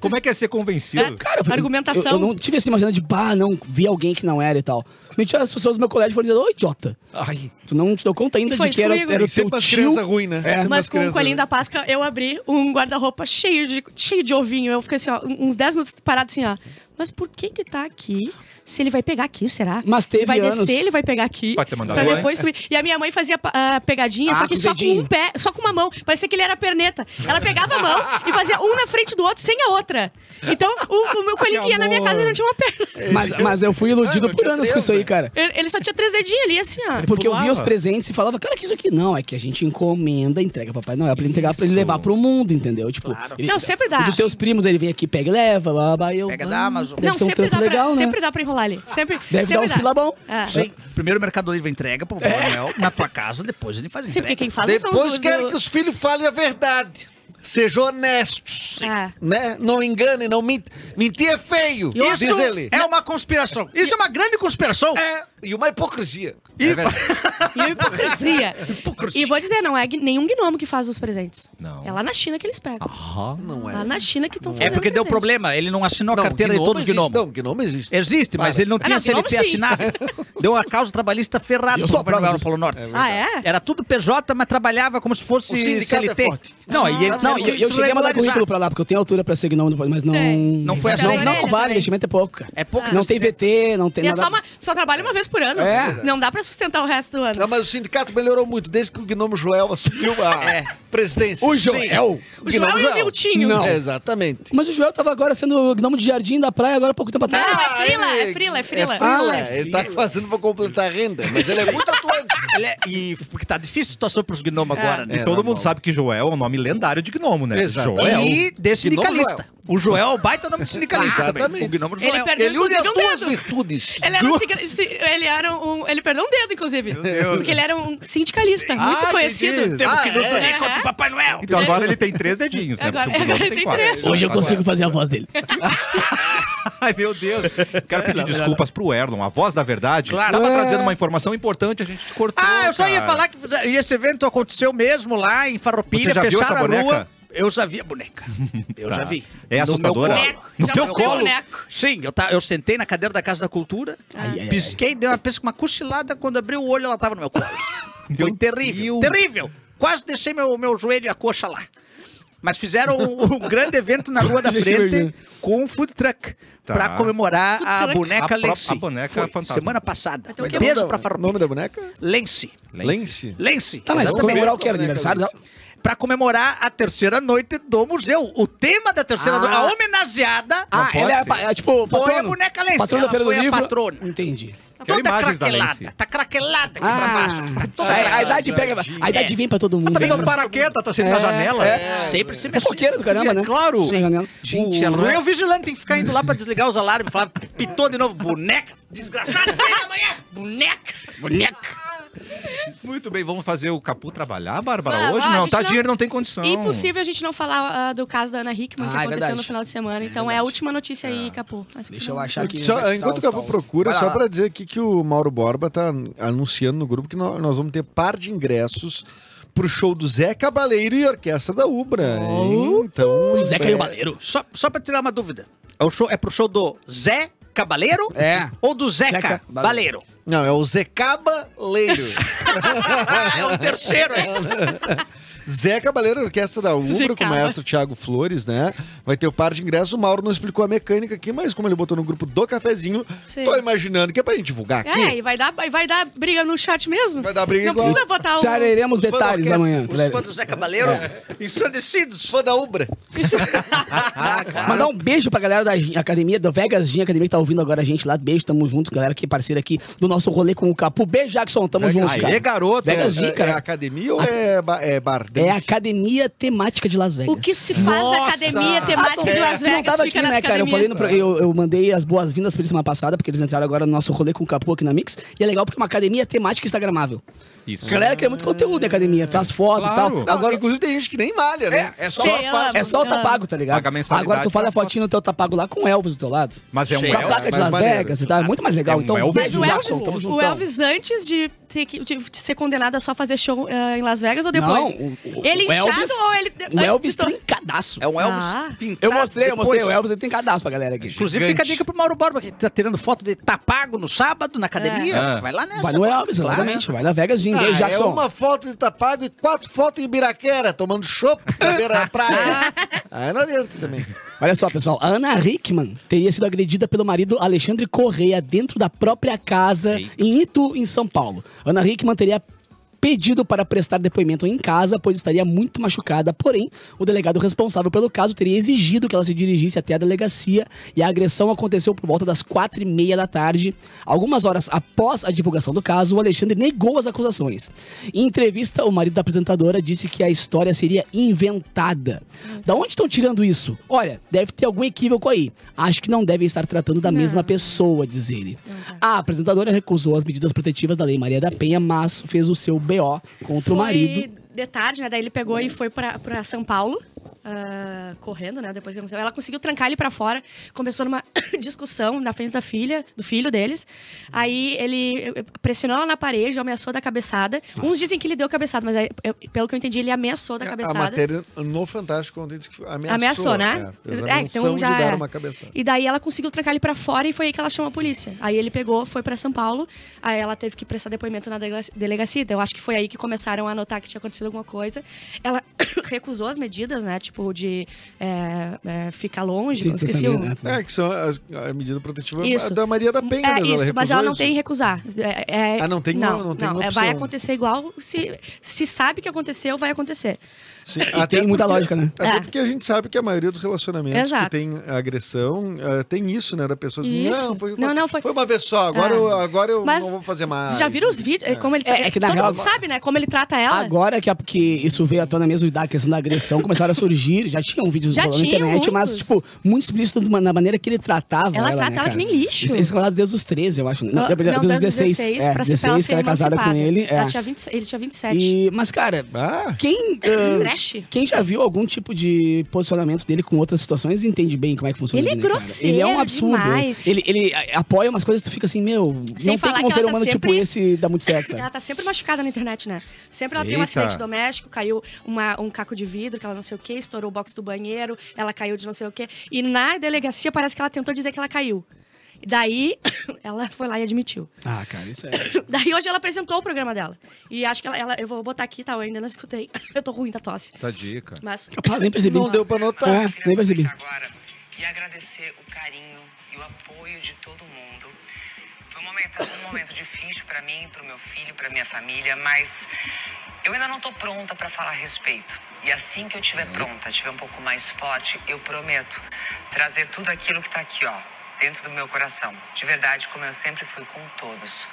A: Como é que é ser convencido?
D: Cara, eu fui-
C: Argumentação.
D: Eu, eu não tive essa imagina de, bah, não, vi alguém que não era e tal. Mentira, as pessoas do meu colégio foram dizendo, ô idiota,
A: Ai,
D: tu não te deu conta ainda
C: E foi
D: de que era,
C: comigo.
D: era o
B: E sempre
D: teu
B: umas
D: tio. É,
B: crianças ruins, né? Sempre
C: Mas
B: umas
C: com o
B: crianças ruins.
C: coelhinho da Páscoa, eu abri um guarda-roupa cheio de, cheio de ovinho. Eu fiquei assim, ó, uns 10 minutos parado assim, ó. Mas por que que tá aqui? Se ele vai pegar aqui, será?
D: Mas teve
C: Vai
D: anos.
C: descer, ele vai pegar aqui.
A: Pode ter mandado
C: pra depois
A: antes.
C: subir. E a minha mãe fazia ah, pegadinha,
D: Ah,
C: só
D: com
C: que
D: o
C: só com
D: dedinho.
C: um pé, só com uma mão. Parecia que ele era perneta. Ela pegava a mão e fazia um na frente do outro, sem a outra. Então, o, o meu coelhinho que ia na minha casa ele não tinha uma perna.
D: Mas, mas eu fui iludido
B: Ah, eu
D: por
B: tinha
D: anos com
B: três,
D: isso aí,
B: né?
D: cara.
C: Ele ele só tinha três dedinhos ali, assim, ó.
D: Porque eu via os
A: pulava.
D: presentes e falava, cara, que isso aqui não, é que a gente encomenda, entrega pro Papai Noel pra ele entregar pra ele
A: Isso.
D: levar pro mundo, entendeu? Tipo, ele-
C: Não, sempre dá.
D: o dos teus primos, ele vem aqui, pega e leva, blá, blá, eu,
E: Pega
D: ah,
E: da Amazon.
D: Deve
C: não,
D: ser um
C: sempre,
D: trampo
C: dá pra,
D: legal, né?
C: sempre dá pra enrolar ali. Sempre,
D: Deve dar
C: sempre
D: uns pila bom.
C: É.
E: Sim. Primeiro o Mercado Livre entrega pro Papai Noel na tua casa, depois ele faz
C: Sim, porque
E: entrega.
C: quem faz não são os
B: Depois
C: do-
B: querem
C: do-
B: que os filhos falem a verdade. Sejam honestos.
C: É.
B: Né? Não enganem, não mintem. Mentir é feio,
E: Isso
B: diz ele.
E: é uma conspiração. Isso é uma grande conspiração.
B: É, e uma hipocrisia.
A: é verdade.
C: E a hipocrisia.
E: Hipocrisia.
C: E vou dizer, não é gn- nenhum gnomo que faz os presentes.
A: Não.
C: É lá na China que eles pegam.
A: Ah,
B: Não é.
C: Lá na China que estão fazendo
E: É porque deu
C: presente.
E: problema, ele não assinou a
B: Não,
E: carteira de
B: gnomo
E: todos os
B: existe.
E: gnomos.
B: Não, gnomo existe.
E: Existe, mas
B: Para. Ah,
E: ele não tinha
C: não,
E: CLT
C: gnomo sim.
E: assinado. Deu uma causa trabalhista ferrada
D: Eu
E: pro
D: sou a
E: Papai
D: prova
E: Noel no
D: disso.
E: Polo Norte.
C: Ah, é?
E: Era tudo PJ, mas trabalhava como se fosse
B: O sindicato é
E: CLT.
B: forte. Ah, tá.
E: não, e ele,
D: Não, e eu, eu cheguei a mandar currículo pra lá, porque eu tenho altura pra ser gnomo, mas não...
C: Tem.
E: Não foi
D: não,
E: aceito.
D: não,
C: Orelha
D: vale,
C: também.
D: investimento é pouco, cara.
E: É pouco
D: Não tem VT, não tem
C: E é
D: nada...
C: só, uma- só trabalha uma vez por ano.
D: É.
C: Não dá pra sustentar o resto do ano.
B: Não, mas o sindicato melhorou muito desde que o gnomo Joel assumiu a
E: É.
B: presidência.
D: O Joel?
C: o Joel e o Miltinho.
D: Não.
B: É, exatamente.
D: Mas o Joel tava agora sendo gnomo de jardim da praia, agora há pouco tempo
C: Não,
D: atrás.
C: é frila,
B: ele-
C: é frila, é frila.
B: É frila,
D: Ah, é
B: ele tá fazendo pra completar a renda, mas ele é muito atuante.
E: Ele é- e porque tá difícil a situação pros gnomos agora,
A: E
E: né?
B: É,
A: todo
B: normal.
A: mundo sabe que Joel é um nome lendário de gnomo, né?
B: Exato.
D: É,
A: Joel.
E: E de sindicalista.
B: Joel.
E: O Joel é o baita nome de sindicalista também.
B: Exatamente.
E: O gnomo
C: Ele
E: Joel.
C: perdeu
B: Ele é une as
C: inclusive um
B: duas
C: dedo.
B: virtudes.
C: Ele era, um, siga- si- ele era um. Ele perdeu um dedo, inclusive. Porque ele era um sindicalista, muito
A: Ah, entendi.
C: conhecido.
E: Temos
B: Ah,
E: que nos
B: é?
E: unir contra o Papai Noel.
A: Então agora ele tem três dedinhos, né?
C: Agora-
A: Porque o gnomo
C: agora
A: tem
C: tem
A: quatro.
C: três.
D: Hoje eu consigo fazer a voz dele.
A: Ai, meu Deus. Quero pedir desculpas pro Erlon, a voz da verdade.
E: Claro.
A: Tava
E: É.
A: trazendo uma informação importante, a gente te cortou.
E: Ah, eu só ia
A: cara.
E: falar que fizer- e esse evento aconteceu mesmo lá em Farroupilha,
A: Você já viu
E: fecharam
A: essa
E: a rua.
A: boneca?
E: Eu já vi a boneca. Eu já vi.
A: É
E: No meu
A: assustadora?
E: colo.
C: Boneco.
A: No
C: Já
A: teu
C: mostrei o
A: colo?
C: boneco. Ah.
E: Sim, eu, ta- eu sentei na cadeira da Casa da Cultura,
D: Ai, ai, ai.
E: pisquei, dei uma, pes- uma cochilada, quando abri o olho ela tava no meu colo. Foi
A: Meu
E: terrível, terrível. Quase deixei meu, meu joelho e a coxa lá. Mas fizeram um, um grande evento na Rua da
D: Gente,
E: Frente
D: imagina.
E: com um food truck
A: Tá.
E: pra comemorar a
C: truck.
E: boneca
A: A pró-
E: Lense.
A: a boneca
E: Foi,
A: fantasma.
E: Semana passada.
C: Então, que
E: Beijo
B: Nome
E: pra
B: da-
E: Farroupilha.
B: Nome da boneca?
E: Lense.
B: Lense.
E: Lense.
D: Tá, mas
E: Exatamente.
D: comemorar o que? Aniversário?
B: Exatamente.
D: não?
E: é pra comemorar a terceira noite do museu. O tema da terceira
D: Ah.
E: noite, a homenageada,
D: Ah,
A: pode
D: ela é,
A: ser.
D: pa- é tipo
E: foi a
D: patrono.
E: boneca Lense.
D: Patrona da
E: Ela
D: Feira do
E: foi a
D: Livro.
E: patrona.
D: Entendi.
A: Quero
E: Toda
A: imagens da
E: craquelada,
A: Lense.
E: Tá craquelada aqui pra É. baixo.
D: então Ah, a, a idade pega, a idade vem pra todo mundo.
A: Tá
E: um
A: vendo
D: né?
A: o paraqueta? Tá saindo na janela?
E: Sempre, sempre.
D: É foqueira do caramba, né?
E: Claro.
D: Sem janela.
A: Gente,
E: o
A: ela não é-
E: Rui é o vigilante, tem que ficar indo lá pra desligar os alarmes. Falar, pitou de novo, boneca. Desgraçado, três da manhã.
C: Boneca!
D: Boneca.
A: Muito bem, vamos fazer o Capu trabalhar, Bárbara?
C: Ah,
A: hoje
C: ah, a
A: não,
C: gente
A: tá
C: não-
A: dinheiro, não tem condição.
C: Impossível a gente não falar ah, do caso da Ana Hickman que
D: Ah, é
C: aconteceu
D: verdade.
C: no final de semana. Então é, a última notícia aí, Capô. Acho que
D: Deixa eu
C: não-
D: achar aqui.
B: Só-
D: onde é que tá
B: enquanto o
D: o-
B: Capu procura,
D: Vai lá,
B: só
D: lá.
B: para dizer aqui que o Mauro Borba tá anunciando no grupo que nó- nós, vamos ter par de ingressos pro show do Zé Cabaleiro e Orquestra da Ubra.
C: Oh.
B: hein? Então,
D: O Zé
B: é-
D: Caiu Baleiro.
E: Só, só pra tirar uma dúvida. É, o show, é pro show do Zé Cabaleiro?
D: É.
E: Ou do Zeca,
D: Zeca
E: Baleiro?
D: Baleiro.
B: Não, é o Zé Cabaleiro.
E: Ah, é o terceiro, hein?
B: Zé Cabaleiro, Orquestra da Ubra,
C: Zé
B: com o
C: Caba.
B: maestro Thiago Flores, né? Vai ter o par de ingressos. O Mauro não explicou a mecânica aqui, mas como ele botou no grupo do cafezinho,
C: Sim.
B: tô imaginando que é pra gente divulgar aqui.
C: É, e vai dar, e vai dar briga no chat mesmo?
B: Vai dar briga
C: Não
B: igual.
C: precisa
D: um
C: botar um o.
D: Traremos
B: Os fãs da
D: detalhes
B: orquestra,
D: amanhã.
E: Os fãs do Zé Cabaleiro
D: É.
E: ensandecidos.
B: Fã da Ubra.
D: Mandar um beijo pra galera da Gin- academia, da Vegas Gin Academia, que tá ouvindo agora a gente lá. Beijo, tamo junto, galera que é parceira aqui do nosso rolê com o Capu. Beijo, Jackson, tamo junto,
A: Aê,
D: cara.
A: garoto.
D: Vegas Gin,
B: É, é
D: cara.
B: academia ou é, ba é bar?
D: né? É a academia temática de Las Vegas.
C: O que se faz na
A: Nossa!
C: academia temática
B: É.
C: de Las
D: É, Tu não
C: Vegas
D: tava
C: fica
D: aqui,
C: na
D: né, cara? Eu,
C: academia.
D: falei no pro- eu, eu mandei as boas-vindas pra eles semana passada, porque eles entraram agora no nosso rolê com o Capu aqui na Mix. E é legal porque é uma academia temática instagramável.
A: Isso.
D: A galera cria muito conteúdo na academia, faz foto
A: Claro.
D: e
B: Não,
D: tal. Agora,
B: inclusive tem gente que nem malha, né?
D: é, é só,
C: Sim, ela-
D: é só o tapago, tá ligado?
A: Paga mensalidade
D: Agora tu faz
A: pra
D: a fotinha no teu tapago lá com o Elvis do teu lado.
A: Mas é um
D: Com a
A: El-
D: placa de
B: mais
D: Las
B: maneiro.
D: Vegas e tal, é muito mais legal.
A: É um
D: então,
A: Elvis
C: Mas
D: beijo,
C: o Elvis,
D: Jackson, tamo
C: o
D: juntão.
C: Elvis antes de, ter que, de ser condenado a só fazer show eh, em Las Vegas ou depois?
D: Não, o- o-
C: ele
D: o
C: inchado
D: Elvis-
C: ou ele...
D: O
C: antes
D: Elvis
C: de to-
D: tem cadastro.
E: É um Elvis
C: Ah.
E: pintado
D: Eu mostrei, eu mostrei.
E: depois.
D: O Elvis ele tem cadastro pra galera aqui.
E: Inclusive,
A: Gigante.
E: fica a dica pro Mauro Borba, que tá tirando foto de tapago no sábado na academia.
A: É.
E: Vai lá nessa.
D: Vai no Elvis,
E: Claro.
D: exatamente. Vai na Vegas, Jim. Beijo,
B: Ah, é
D: Jackson.
B: uma foto de tapago e quatro fotos em Biraquera, tomando chopp na beira da praia. Aí não adianta também.
D: Olha só, pessoal. A Ana Hickman teria sido agredida pelo marido Alexandre Correia dentro da própria casa em Itu, em São Paulo. Ana Hickman teria pedido para prestar depoimento em casa, pois estaria muito machucada. Porém, o delegado responsável pelo caso teria exigido que ela se dirigisse até a delegacia e a agressão aconteceu por volta das quatro e meia da tarde. Algumas horas após a divulgação do caso, o Alexandre negou as acusações. Em entrevista, o marido da apresentadora disse que a história seria inventada. Da onde estão tirando isso? Olha, deve ter algum equívoco aí. Acho que não devem estar tratando da mesma pessoa, diz ele. A apresentadora recusou as medidas protetivas da Lei Maria da Penha, mas fez o seu BO contra
C: Foi
D: o marido.
C: de tarde, né? Daí ele pegou e foi pra, pra São Paulo, ah, correndo, né? Depois que aconteceu. Ela conseguiu trancar ele pra fora, começou numa discussão na frente da filha, do filho deles. Aí ele eh, pressionou ela na parede, ameaçou da cabeçada. Uns dizem que ele deu cabeçada, mas aí, eu- pelo que eu entendi, ele ameaçou da
B: A
C: cabeçada.
B: matéria no Fantástico ontem disse que ameaçou.
C: Ameaçou, né?
B: É, fez a
C: É,
B: menção
C: então já
B: de dar
C: é.
B: uma cabeçada.
C: E daí ela conseguiu trancar ele pra fora e foi aí que ela chamou a polícia. Aí ele pegou, foi pra São Paulo, aí ela teve que prestar depoimento na delega- delegacia. Então, Eu acho que foi aí que começaram a notar que tinha acontecido alguma coisa. Ela recusou as medidas, né? Tipo, de é, é, ficar longe, esqueci o...
D: né?
B: É, que são as- a medida protetiva é
C: Isso.
B: da Maria da Penha.
C: É
B: mas
C: isso, mas
B: recusou
C: ela não
B: isso.
C: tem recusar. É- é-
B: Ah, não tem uma-
C: não,
B: não tem uma
C: é,
B: opção.
C: vai acontecer igual. Se, se sabe que aconteceu, vai acontecer.
B: Sim,
D: tem muita lógica, né?
B: Até
C: É.
B: porque a gente sabe que a maioria dos relacionamentos que
C: Exato.
B: tem agressão eh, tem isso, né? Da pessoa assim,
C: Isso.
B: não, foi uma,
C: Não, não, foi-
B: foi uma vez só, agora,
C: É.
B: eu, agora eu
C: Mas
B: não vou fazer mais.
C: Já viram os vídeos? Como ele
D: É, é que na
C: Todo
D: real-
C: mundo sabe, né? Como ele trata ela.
D: Agora que, a- que isso veio à tona mesmo da questão da agressão, começaram a surgir, já tinham vídeos
C: Já
D: rolando na
C: tinha
D: internet, mas,
C: muitos.
D: tipo, muito explícito de uma- na maneira que ele tratava ela.
C: Ela trata ela
D: né, cara?
C: que nem lixo.
D: Eles, eles falaram desde os 13, eu acho. Não,
C: Não,
D: desde,
C: não,
D: os
C: desde os
D: 16. é,
C: pra,
D: 16
C: pra ela ser
D: que ela é casada com
C: emancipada.
D: ele. é.
C: Ela tinha 20, ele tinha 27.
D: E- mas, cara,
B: Ah,
D: quem, ah,
C: Trash.
D: quem já viu algum tipo de posicionamento dele com outras situações entende bem como é que funciona.
C: Ele é
D: né, cara?
C: grosseiro
D: Ele é um absurdo.
C: demais.
D: Ele, ele a- apoia umas coisas que tu fica assim, meu,
C: Sem
D: não tem
C: falar
D: como um
C: que
D: ser
C: ela tá
D: humano tipo
C: sempre-
D: esse dar muito certo, sabe?
C: Ela tá sempre machucada na internet, né? Sempre ela tem um
A: Eita.
C: acidente doméstico, caiu uma- um caco de vidro, que ela não sei o quê, estourou o box do banheiro, ela caiu de não sei o quê. E na delegacia parece que ela tentou dizer que ela caiu. E Daí, ela foi lá e admitiu.
D: Ah, cara, isso é.
C: Daí hoje ela apresentou o programa dela. E acho que ela. ela- eu vou botar aqui, tá? Eu ainda não escutei. Eu tô ruim da tosse.
A: Tá dica.
C: Mas.
D: Rapaz, nem percebi.
B: não deu pra notar.
D: É, nem percebi.
F: Agora, e agradecer o carinho e o apoio de todo mundo. Foi um momento, tá sendo um momento difícil pra mim, pro meu filho, pra minha família, mas eu ainda não tô pronta pra falar a respeito. E assim que eu estiver pronta, estiver um pouco mais forte, eu prometo trazer tudo aquilo que tá aqui, ó, dentro do meu coração. De verdade, como eu sempre fui com todos.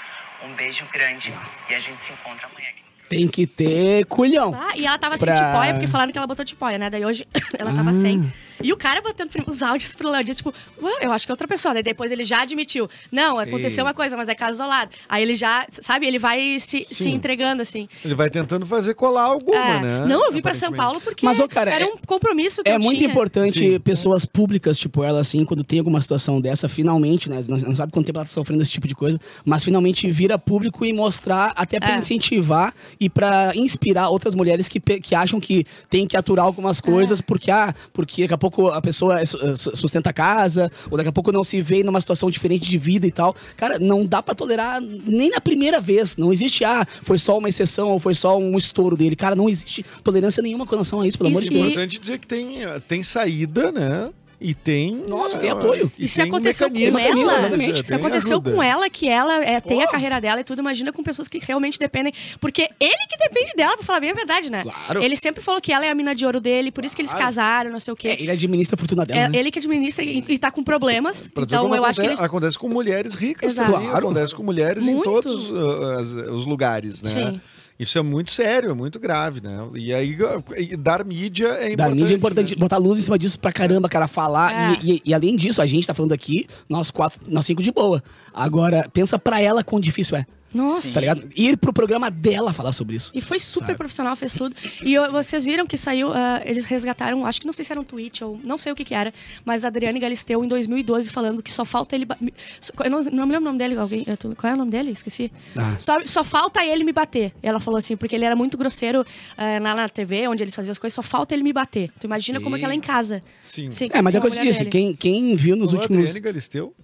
F: Um beijo grande e a gente se encontra amanhã aqui.
D: Tem que ter culhão.
C: Ah, e ela tava
D: Pra- Ah.
C: sem tipóia, porque falaram que ela botou tipóia, né? Daí hoje ela tava sem. E o cara batendo os áudios pro Léo Dias, tipo, "Ué, eu acho que é outra pessoa. Daí depois ele já admitiu. Não, aconteceu uma coisa, mas é caso isolado. Aí ele já, sabe, ele vai se, se
B: Sim.
C: entregando, assim.
B: Ele vai tentando fazer colar alguma,
C: É.
B: né?
C: Não, eu vim pra São
B: Aparentemente.
C: Paulo porque
D: Mas, ô, cara,
C: era
D: é-
C: um compromisso que
D: É
C: eu
D: muito
C: tinha.
D: importante
B: Sim.
D: pessoas públicas, tipo ela, assim, quando tem alguma situação dessa, finalmente, né? Não, não sabe quanto tempo ela tá sofrendo esse tipo de coisa, mas finalmente vira público e mostrar, até pra
C: É.
D: incentivar e pra inspirar outras mulheres que, pe- que acham que tem que aturar algumas coisas,
C: É.
D: porque, ah, porque daqui a pouco a pessoa é su- é, su- sustenta a casa, ou daqui a pouco não se vê numa situação diferente de vida e tal. Cara, não dá pra tolerar nem na primeira vez. Não existe, ah, foi só uma exceção ou foi só um estouro dele. Cara, não existe tolerância nenhuma com relação a isso, pelo amor
C: Isso,
D: de
B: É
D: Deus.
B: importante dizer que tem, eh, tem saída, né? E tem.
D: Nossa,
B: eh,
D: tem apoio.
C: E se
B: tem
C: aconteceu com
B: mecanismos,
C: ela,
B: exatamente,
D: se
C: se
B: tem
C: aconteceu
B: ajuda.
C: com ela, que ela é, tem a
D: Pô.
C: carreira dela e tudo, imagina com pessoas que realmente dependem. Porque ele que depende dela, pra falar bem a verdade, né?
D: Claro.
C: Ele sempre falou que ela é a mina de ouro dele, por isso que eles
D: Claro.
C: casaram, não sei o quê.
B: então,
D: É, ele administra a fortuna dela.
C: É
D: né?
C: ele que administra e, e tá com problemas.
B: Pra tu ver
C: então
B: como é
C: eu acho que ele.
B: acontece, acontece com mulheres ricas
C: Exato.
B: também,
D: Tipo, Claro.
B: acontece com mulheres em
C: Muito.
B: todos uh, as- os lugares, né?
C: Sim.
B: Isso é muito sério, é muito grave, né? E aí uh, e dar mídia é importante.
D: Da mídia é importante
B: né?
D: botar luz em cima disso pra caramba, cara, falar.
C: É.
D: E, e- e além disso, a gente tá falando aqui, nós quatro, nós cinco de boa. Agora, pensa pra ela quão difícil é. Nossa. Tá ligado? Ir pro programa dela falar sobre isso.
C: E foi super
D: Sabe?
C: profissional, fez tudo. E eu- vocês viram que saiu, ah, eles resgataram, acho que não sei se era um tweet ou não sei o que que era, mas a Adriane Galisteu em 2012 falando que só falta ele. ba- me- só- Eu não, não me lembro o nome dele, alguém. eu tô- qual é o nome dele? Esqueci.
D: Ah.
C: Só, só falta ele me bater. Ela falou assim, porque ele era muito grosseiro ah, lá na TV, onde eles faziam as coisas, só falta ele me bater. Tu imagina como é que ela é em casa.
B: Sim.
C: Sim,
D: É, mas
C: com a
D: depois
C: mulher
D: disso,
C: dele.
D: quem, quem viu nos
B: Olá,
D: últimos.
B: Adriane Galisteu?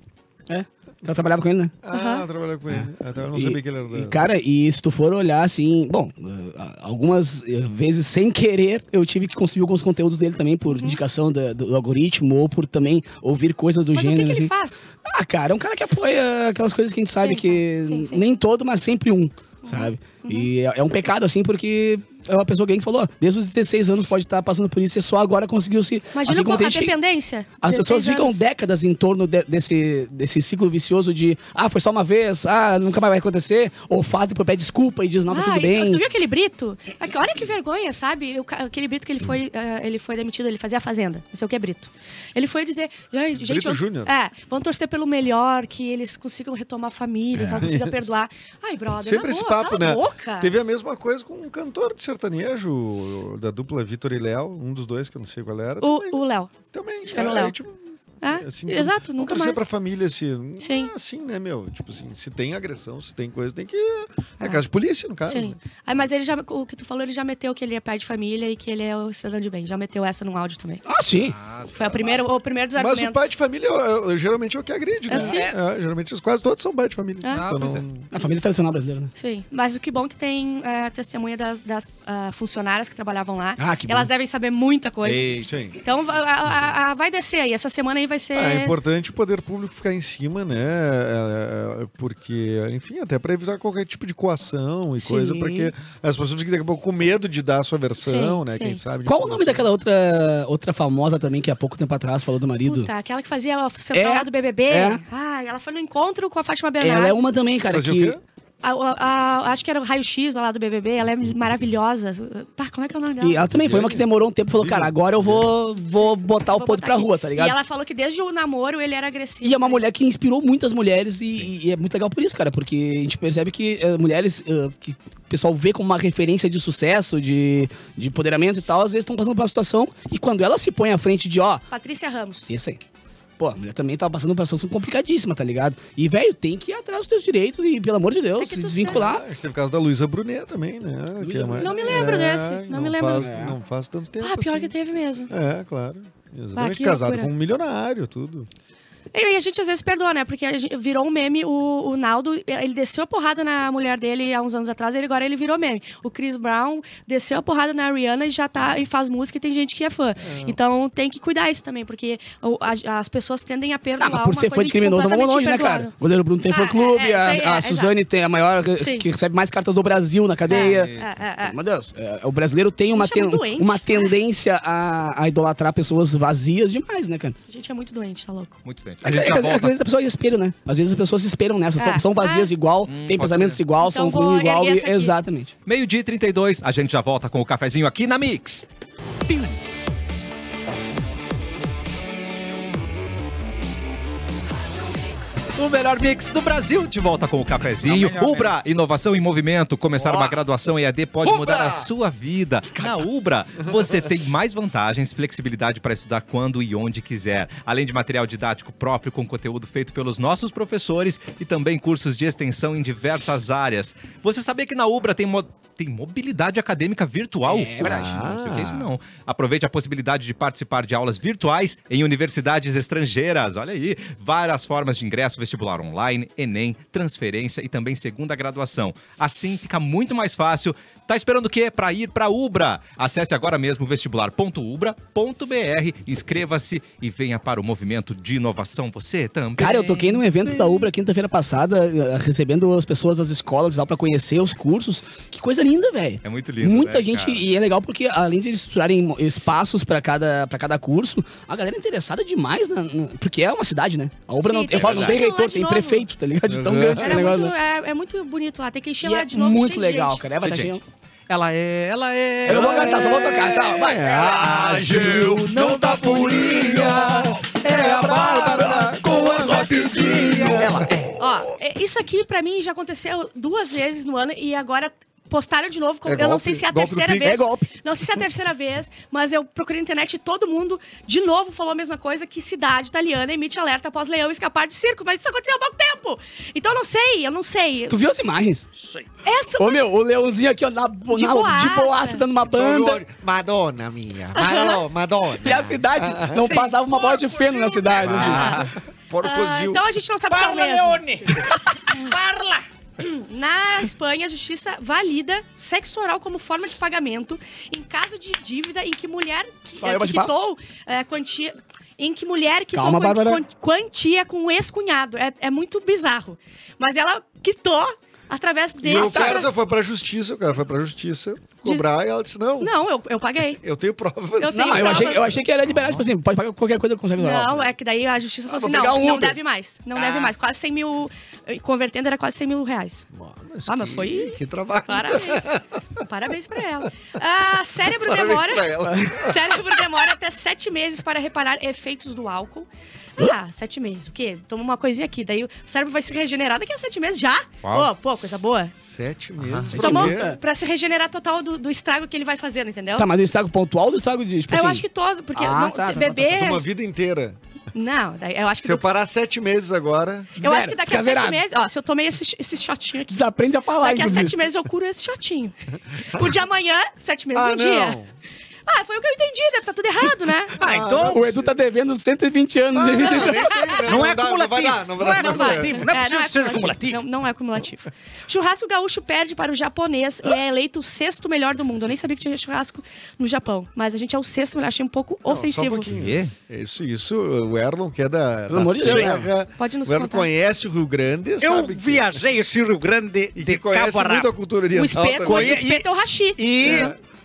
D: É, ela trabalhava com ele, né?
B: Ah, trabalhou com ele.
A: É.
B: Até eu não sabia que ele era
D: E,
B: da...
D: cara, e se tu for olhar, assim, bom, eh, a- algumas eh, vezes sem querer, eu tive que consumir alguns conteúdos dele também, por
C: Uhum.
D: indicação da- do algoritmo, ou por também ouvir coisas do
C: Mas o
D: gênero.
C: que, que
D: assim.
C: ele faz?
D: Ah, cara, é um cara que apoia aquelas coisas que a gente
C: Sim,
D: sabe que.
C: sim, Uhum. sim.
D: Nem todo, mas sempre um, sabe? E é, é um pecado, assim, porque é uma pessoa que a gente falou, ó, desde os 16 anos pode estar passando por isso e só agora conseguiu se.
C: Imagina
D: assim como
C: como
D: tem
C: a
D: gente que-
C: dependência.
D: as
C: 16
D: pessoas ficam
C: anos.
D: décadas em torno de- desse, desse ciclo vicioso de ah, foi só uma vez, ah, nunca mais vai acontecer, ou faz, depois pede desculpa e diz, não, tá
C: Ah,
D: tudo
C: e-
D: bem.
C: Tu viu aquele brito? Aqu- Olha que vergonha, sabe? O ca- Aquele brito que ele foi, ah, ele foi demitido, ele fazia a fazenda. Não sei o que é brito. Ele foi dizer, "Ai, gente,
B: Brito
C: vamos-
B: Júnior?
C: É, vão torcer pelo melhor, que eles consigam retomar a família, que ela consiga perdoar. Ai, brother,
B: É. Sempre
C: na
B: esse
C: boa,
B: papo,
C: cala a
B: né?
C: boca.
B: Teve a mesma coisa com um cantor de sertanejo da dupla Vitor e Léo, um dos dois, que eu não sei qual era.
C: O, o Léo.
B: Também,
C: que era o
B: cara,
C: Léo.
B: aí, tipo,
C: É,
B: Assim,
C: exato,
B: vamos
C: nunca
B: torcer
C: mais.
B: pra família, assim.
C: Sim.
B: Sim. Assim, né, meu? Tipo assim, se tem agressão, se tem coisa, tem que. É casa de polícia, no caso.
C: Sim.
B: né?
C: Aí, mas ele já, o que tu falou, ele já meteu que ele é pai de família e que ele é o cidadão de bem. Já meteu essa num áudio também.
D: Ah, sim.
C: Foi a primeira, o primeiro dos
B: Mas o
C: argumentos.
B: pai de família é, é, geralmente é o que agride, né?
C: É, sim.
B: É, geralmente os- quase todos são pai de família.
C: É.
A: Ah,
B: Então,
A: pois
B: não-
D: A família tradicional brasileira, né?
C: Sim, mas o que bom que tem eh, testemunha das, das, ah, funcionárias que trabalhavam lá.
D: Ah, que bom.
C: Elas devem saber muita coisa.
A: Ei,
B: Sim.
C: Então va- a- a- a- vai descer aí. Essa semana aí vai ser.
B: Ah, É importante o poder público ficar em cima, né? É, é, Porque, enfim, até para evitar qualquer tipo de coação e
C: Sim.
B: coisa, porque as pessoas ficam daqui a pouco com medo de dar a sua versão,
C: Sim,
B: né?
C: sim.
B: Quem sabe.
D: Qual o nome daquela outra, outra famosa também que há pouco tempo atrás falou do marido?
C: Puta, aquela que fazia a central
D: É,
C: lá do BBB.
D: é.
C: Ah, ela foi no encontro com a Fátima Bernardes.
D: Ela é uma também, cara,
B: Fazia
D: que.
B: o quê?
C: A- a- a- acho que era o raio-x lá do BBB. Ela é maravilhosa. Pá, como é que é o nome dela?
D: E ela também foi uma que demorou um tempo e falou, cara, agora eu vou, vou botar o
C: Vou
D: ponto
C: botar
D: pra
C: aqui.
D: rua, tá ligado?
C: E ela falou que desde o namoro ele era agressivo.
D: E é uma mulher que inspirou muitas mulheres e, e é muito legal por isso, cara, porque a gente percebe que eh, mulheres eh, que o pessoal vê como uma referência de sucesso, de, de empoderamento e tal, às vezes estão passando por uma situação e quando ela se põe à frente de, ó,
C: Patrícia Ramos.
D: isso aí. Pô, a mulher também tava passando por uma situação complicadíssima, tá ligado? E, velho, tem que ir atrás dos teus direitos e, pelo amor de Deus,
C: É que
D: se
C: tu
D: desvincular.
B: Ah, acho que teve o caso da Luísa Brunet também, né? Que é mais-
C: Não me lembro desse, não me lembro.
B: Faz, Não faz tanto tempo.
C: Ah, pior
B: assim.
C: que teve mesmo.
B: É, claro. Exatamente.
C: que
B: Casado
C: loucura.
B: com um milionário, tudo.
C: É, E a gente às vezes perdoa, né? Porque a gente- virou um meme o, o Naldo, ele desceu a porrada na mulher dele há uns anos atrás, ele agora ele virou meme. O Chris Brown desceu a porrada na Rihanna e já tá e faz música e tem gente que é fã. Então tem que cuidar isso também, porque o- a- as pessoas tendem a perdoar
D: Ah, mas por
C: uma
D: ser fã
C: coisa
D: de criminoso, não vamos
C: completamente
D: longe, né, cara?
C: imperdoável.
D: O goleiro Bruno tem
C: Ah,
D: fã-clube,
C: é, é, isso aí,
D: a, a
C: é,
D: Suzane tem a maior,
C: Sim.
D: que recebe mais cartas do Brasil na cadeia.
C: É, é, é.
D: Meu Deus, é, o brasileiro tem uma,
C: Isso é muito
D: ten-
C: doente.
D: uma tendência a, a idolatrar pessoas vazias demais, né, cara? É,
C: A gente é muito doente, tá louco?
A: Muito bem. A gente já
D: às, às
A: volta.
D: vezes a pessoa espera, né? Às vezes as pessoas se esperam nessa, são,
C: É.
D: são vazias
C: Ah.
D: igual, têm
A: Hum, pode
D: pensamentos
A: ser.
D: igual,
C: Então
D: são ruins
C: vou
D: igual.
C: erguer
D: e-
C: essa aqui.
D: exatamente.
A: Meio-dia e 32, a gente já volta com o cafezinho aqui na Mix. O melhor mix do Brasil, de volta com o cafezinho. Ubra, inovação em movimento. Começar uma graduação EAD pode mudar a sua vida. Na Ubra, você tem mais vantagens, flexibilidade para estudar quando e onde quiser. Além de material didático próprio com conteúdo feito pelos nossos professores e também cursos de extensão em diversas áreas. Você sabia que na Ubra tem mo- tem mobilidade acadêmica virtual? É verdade. Não sei o que é
D: Ah.
A: isso não. Aproveite a possibilidade de participar de aulas virtuais em universidades estrangeiras. Olha aí, várias formas de ingresso, vestibular online, ENEM, transferência e também segunda graduação. Assim fica muito mais fácil. Tá esperando o quê? Para ir para Ubra. Acesse agora mesmo vestibular.ubra.br, inscreva-se e venha para o movimento de inovação você também.
D: Cara, eu toquei num evento da Ubra quinta-feira passada, eh, recebendo as pessoas das escolas e tal pra conhecer os cursos. Que coisa linda, velho.
A: É muito lindo,
D: Muita
A: né,
D: gente,
A: cara?
D: e é legal porque além de eles estruturarem mo- espaços pra cada, pra cada curso, a galera é interessada demais, na, na- porque é uma cidade, né? A Ubra
C: Sim,
D: não,
C: tem
D: eu falo,
C: que
D: não tem
C: encher lá
D: reitor,
C: de
D: tem
C: novo.
D: prefeito, tá ligado? De Tão grande que é
C: Era
D: o negócio.
C: muito, é, é muito bonito lá, tem que encher
D: E
C: lá
D: é
C: de novo.
D: muito
C: cheio de
D: legal,
C: gente.
D: cara. É, vai tá
A: Gente,
D: cheio.
E: Ela é, ela é.
D: Eu não vou cantar, só vou tocar, tá? Vai.
C: é.
A: Ágil, não tá purinha, é a Bárbara com as rapidinhas. Ela é.
C: Ó, é, isso aqui pra mim já aconteceu duas vezes no ano e agora postaram de novo.
B: É
C: eu não
B: golpe,
C: sei se é a
B: golpe do
C: terceira
B: Pix.
C: vez.
B: É golpe.
C: Não sei se é a terceira vez, mas eu procurei na internet e todo mundo de novo falou a mesma coisa que cidade italiana emite alerta após leão escapar de circo, mas isso aconteceu há pouco tempo. Então eu não sei, eu não sei.
D: Tu viu as imagens?
C: Essa
D: Ô meu, o leãozinho aqui, ó, na, bo-
C: Então, De
D: na- de
C: boaça.
D: boaça, dando uma banda.
B: Madonna, minha. Madonna, Madonna.
D: E a cidade não passava uma bola de feno na cidade. assim.
A: Ah,
C: Ah,
B: Porcozil.
C: então a gente não sabe se é o mesmo. Na Espanha, a justiça valida sexo oral como forma de pagamento em caso de dívida em que mulher que,
D: Saiu
C: eh,
D: bate
C: que quitou eh, quantia. Em que mulher quitou
D: Calma,
C: quan-
D: Bárbara.
C: quan- quantia com o ex-cunhado. É, é muito bizarro. Mas ela quitou através
B: E o
C: desse.
B: cara só foi pra justiça, o cara foi pra justiça cobrar e ela disse: não,
C: Não, eu, eu paguei.
B: eu tenho provas.
C: Eu
D: Não,
C: Sim,
D: eu achei,
C: provas.
D: eu achei que era liberado, tipo assim, pode pagar qualquer coisa que consegue usar.
C: Não, é que daí a justiça falou
D: Ah,
C: assim:
D: vou pegar
C: não,
D: um
C: não
D: Uber.
C: deve mais. Não deve mais. Quase 100 mil. Convertendo era quase 100 mil reais. Ah, mas
B: que-
C: foi-
B: Que trabalho.
C: Parabéns. Parabéns pra ela. Ah, cérebro
B: Parabéns
C: demora.
B: pra ela.
C: Cérebro demora até sete meses para reparar efeitos do álcool. Ah, sete meses. O quê? Toma uma coisinha aqui. Daí o cérebro vai se regenerar daqui a sete meses já.
A: Uau.
C: Pô, pô, coisa boa.
B: Ah, Sete meses pra
C: Tomou um
B: ver.
C: pra se regenerar total do, do estrago que ele vai fazendo, entendeu?
D: Tá, mas do estrago pontual ou do estrago de, tipo
C: Eu
D: assim...
C: acho que todo, porque
D: Ah,
C: não,
D: tá, tá, tá,
C: beber.
B: De uma vida inteira.
C: Não, daí eu acho que.
B: Se eu
C: do-
B: parar sete meses agora.
C: eu acho
D: Zero,
C: que daqui
D: fica
C: a sete
D: zerado.
C: meses. Ó, se eu tomei esse, esse shotinho aqui.
D: Desaprende a falar,
C: Daqui a
D: inclusive.
C: sete meses eu curo esse shotinho. O de amanhã, sete meses
B: ah,
C: um dia.
B: não.
C: Ah, foi o que eu entendi, né? Tá tudo errado, né?
E: Ah, então.
D: O Edu tá devendo 120 anos.
B: Ah,
D: de vida.
B: nem tem, né?
E: Não é
B: dá, vai dar, não vai dar.
C: Não vai.
E: acumulativo, não é possível que seja acumulativo.
C: Não, não é acumulativo. Churrasco gaúcho perde para o japonês e é eleito o sexto melhor do mundo. Eu nem sabia que tinha churrasco no Japão, mas a gente é o sexto melhor. Achei um pouco
B: Não, só um
C: ofensivo.
B: pouquinho. Isso, isso, o Erlon, que é da,
D: Pelo
B: da
D: amor de Deus,
B: Serra.
C: Pode nos
B: o Erlon
C: contar.
B: conhece o Rio Grande,
G: Eu
B: sabe? que-
G: viajei esse Rio Grande
B: e
G: de
B: que conhece
G: cabo a
B: muito a
G: rabo.
B: cultura
C: o
B: oriental
C: espeto, o
B: também.
G: Conhe-
C: espeto é o hashi.
G: E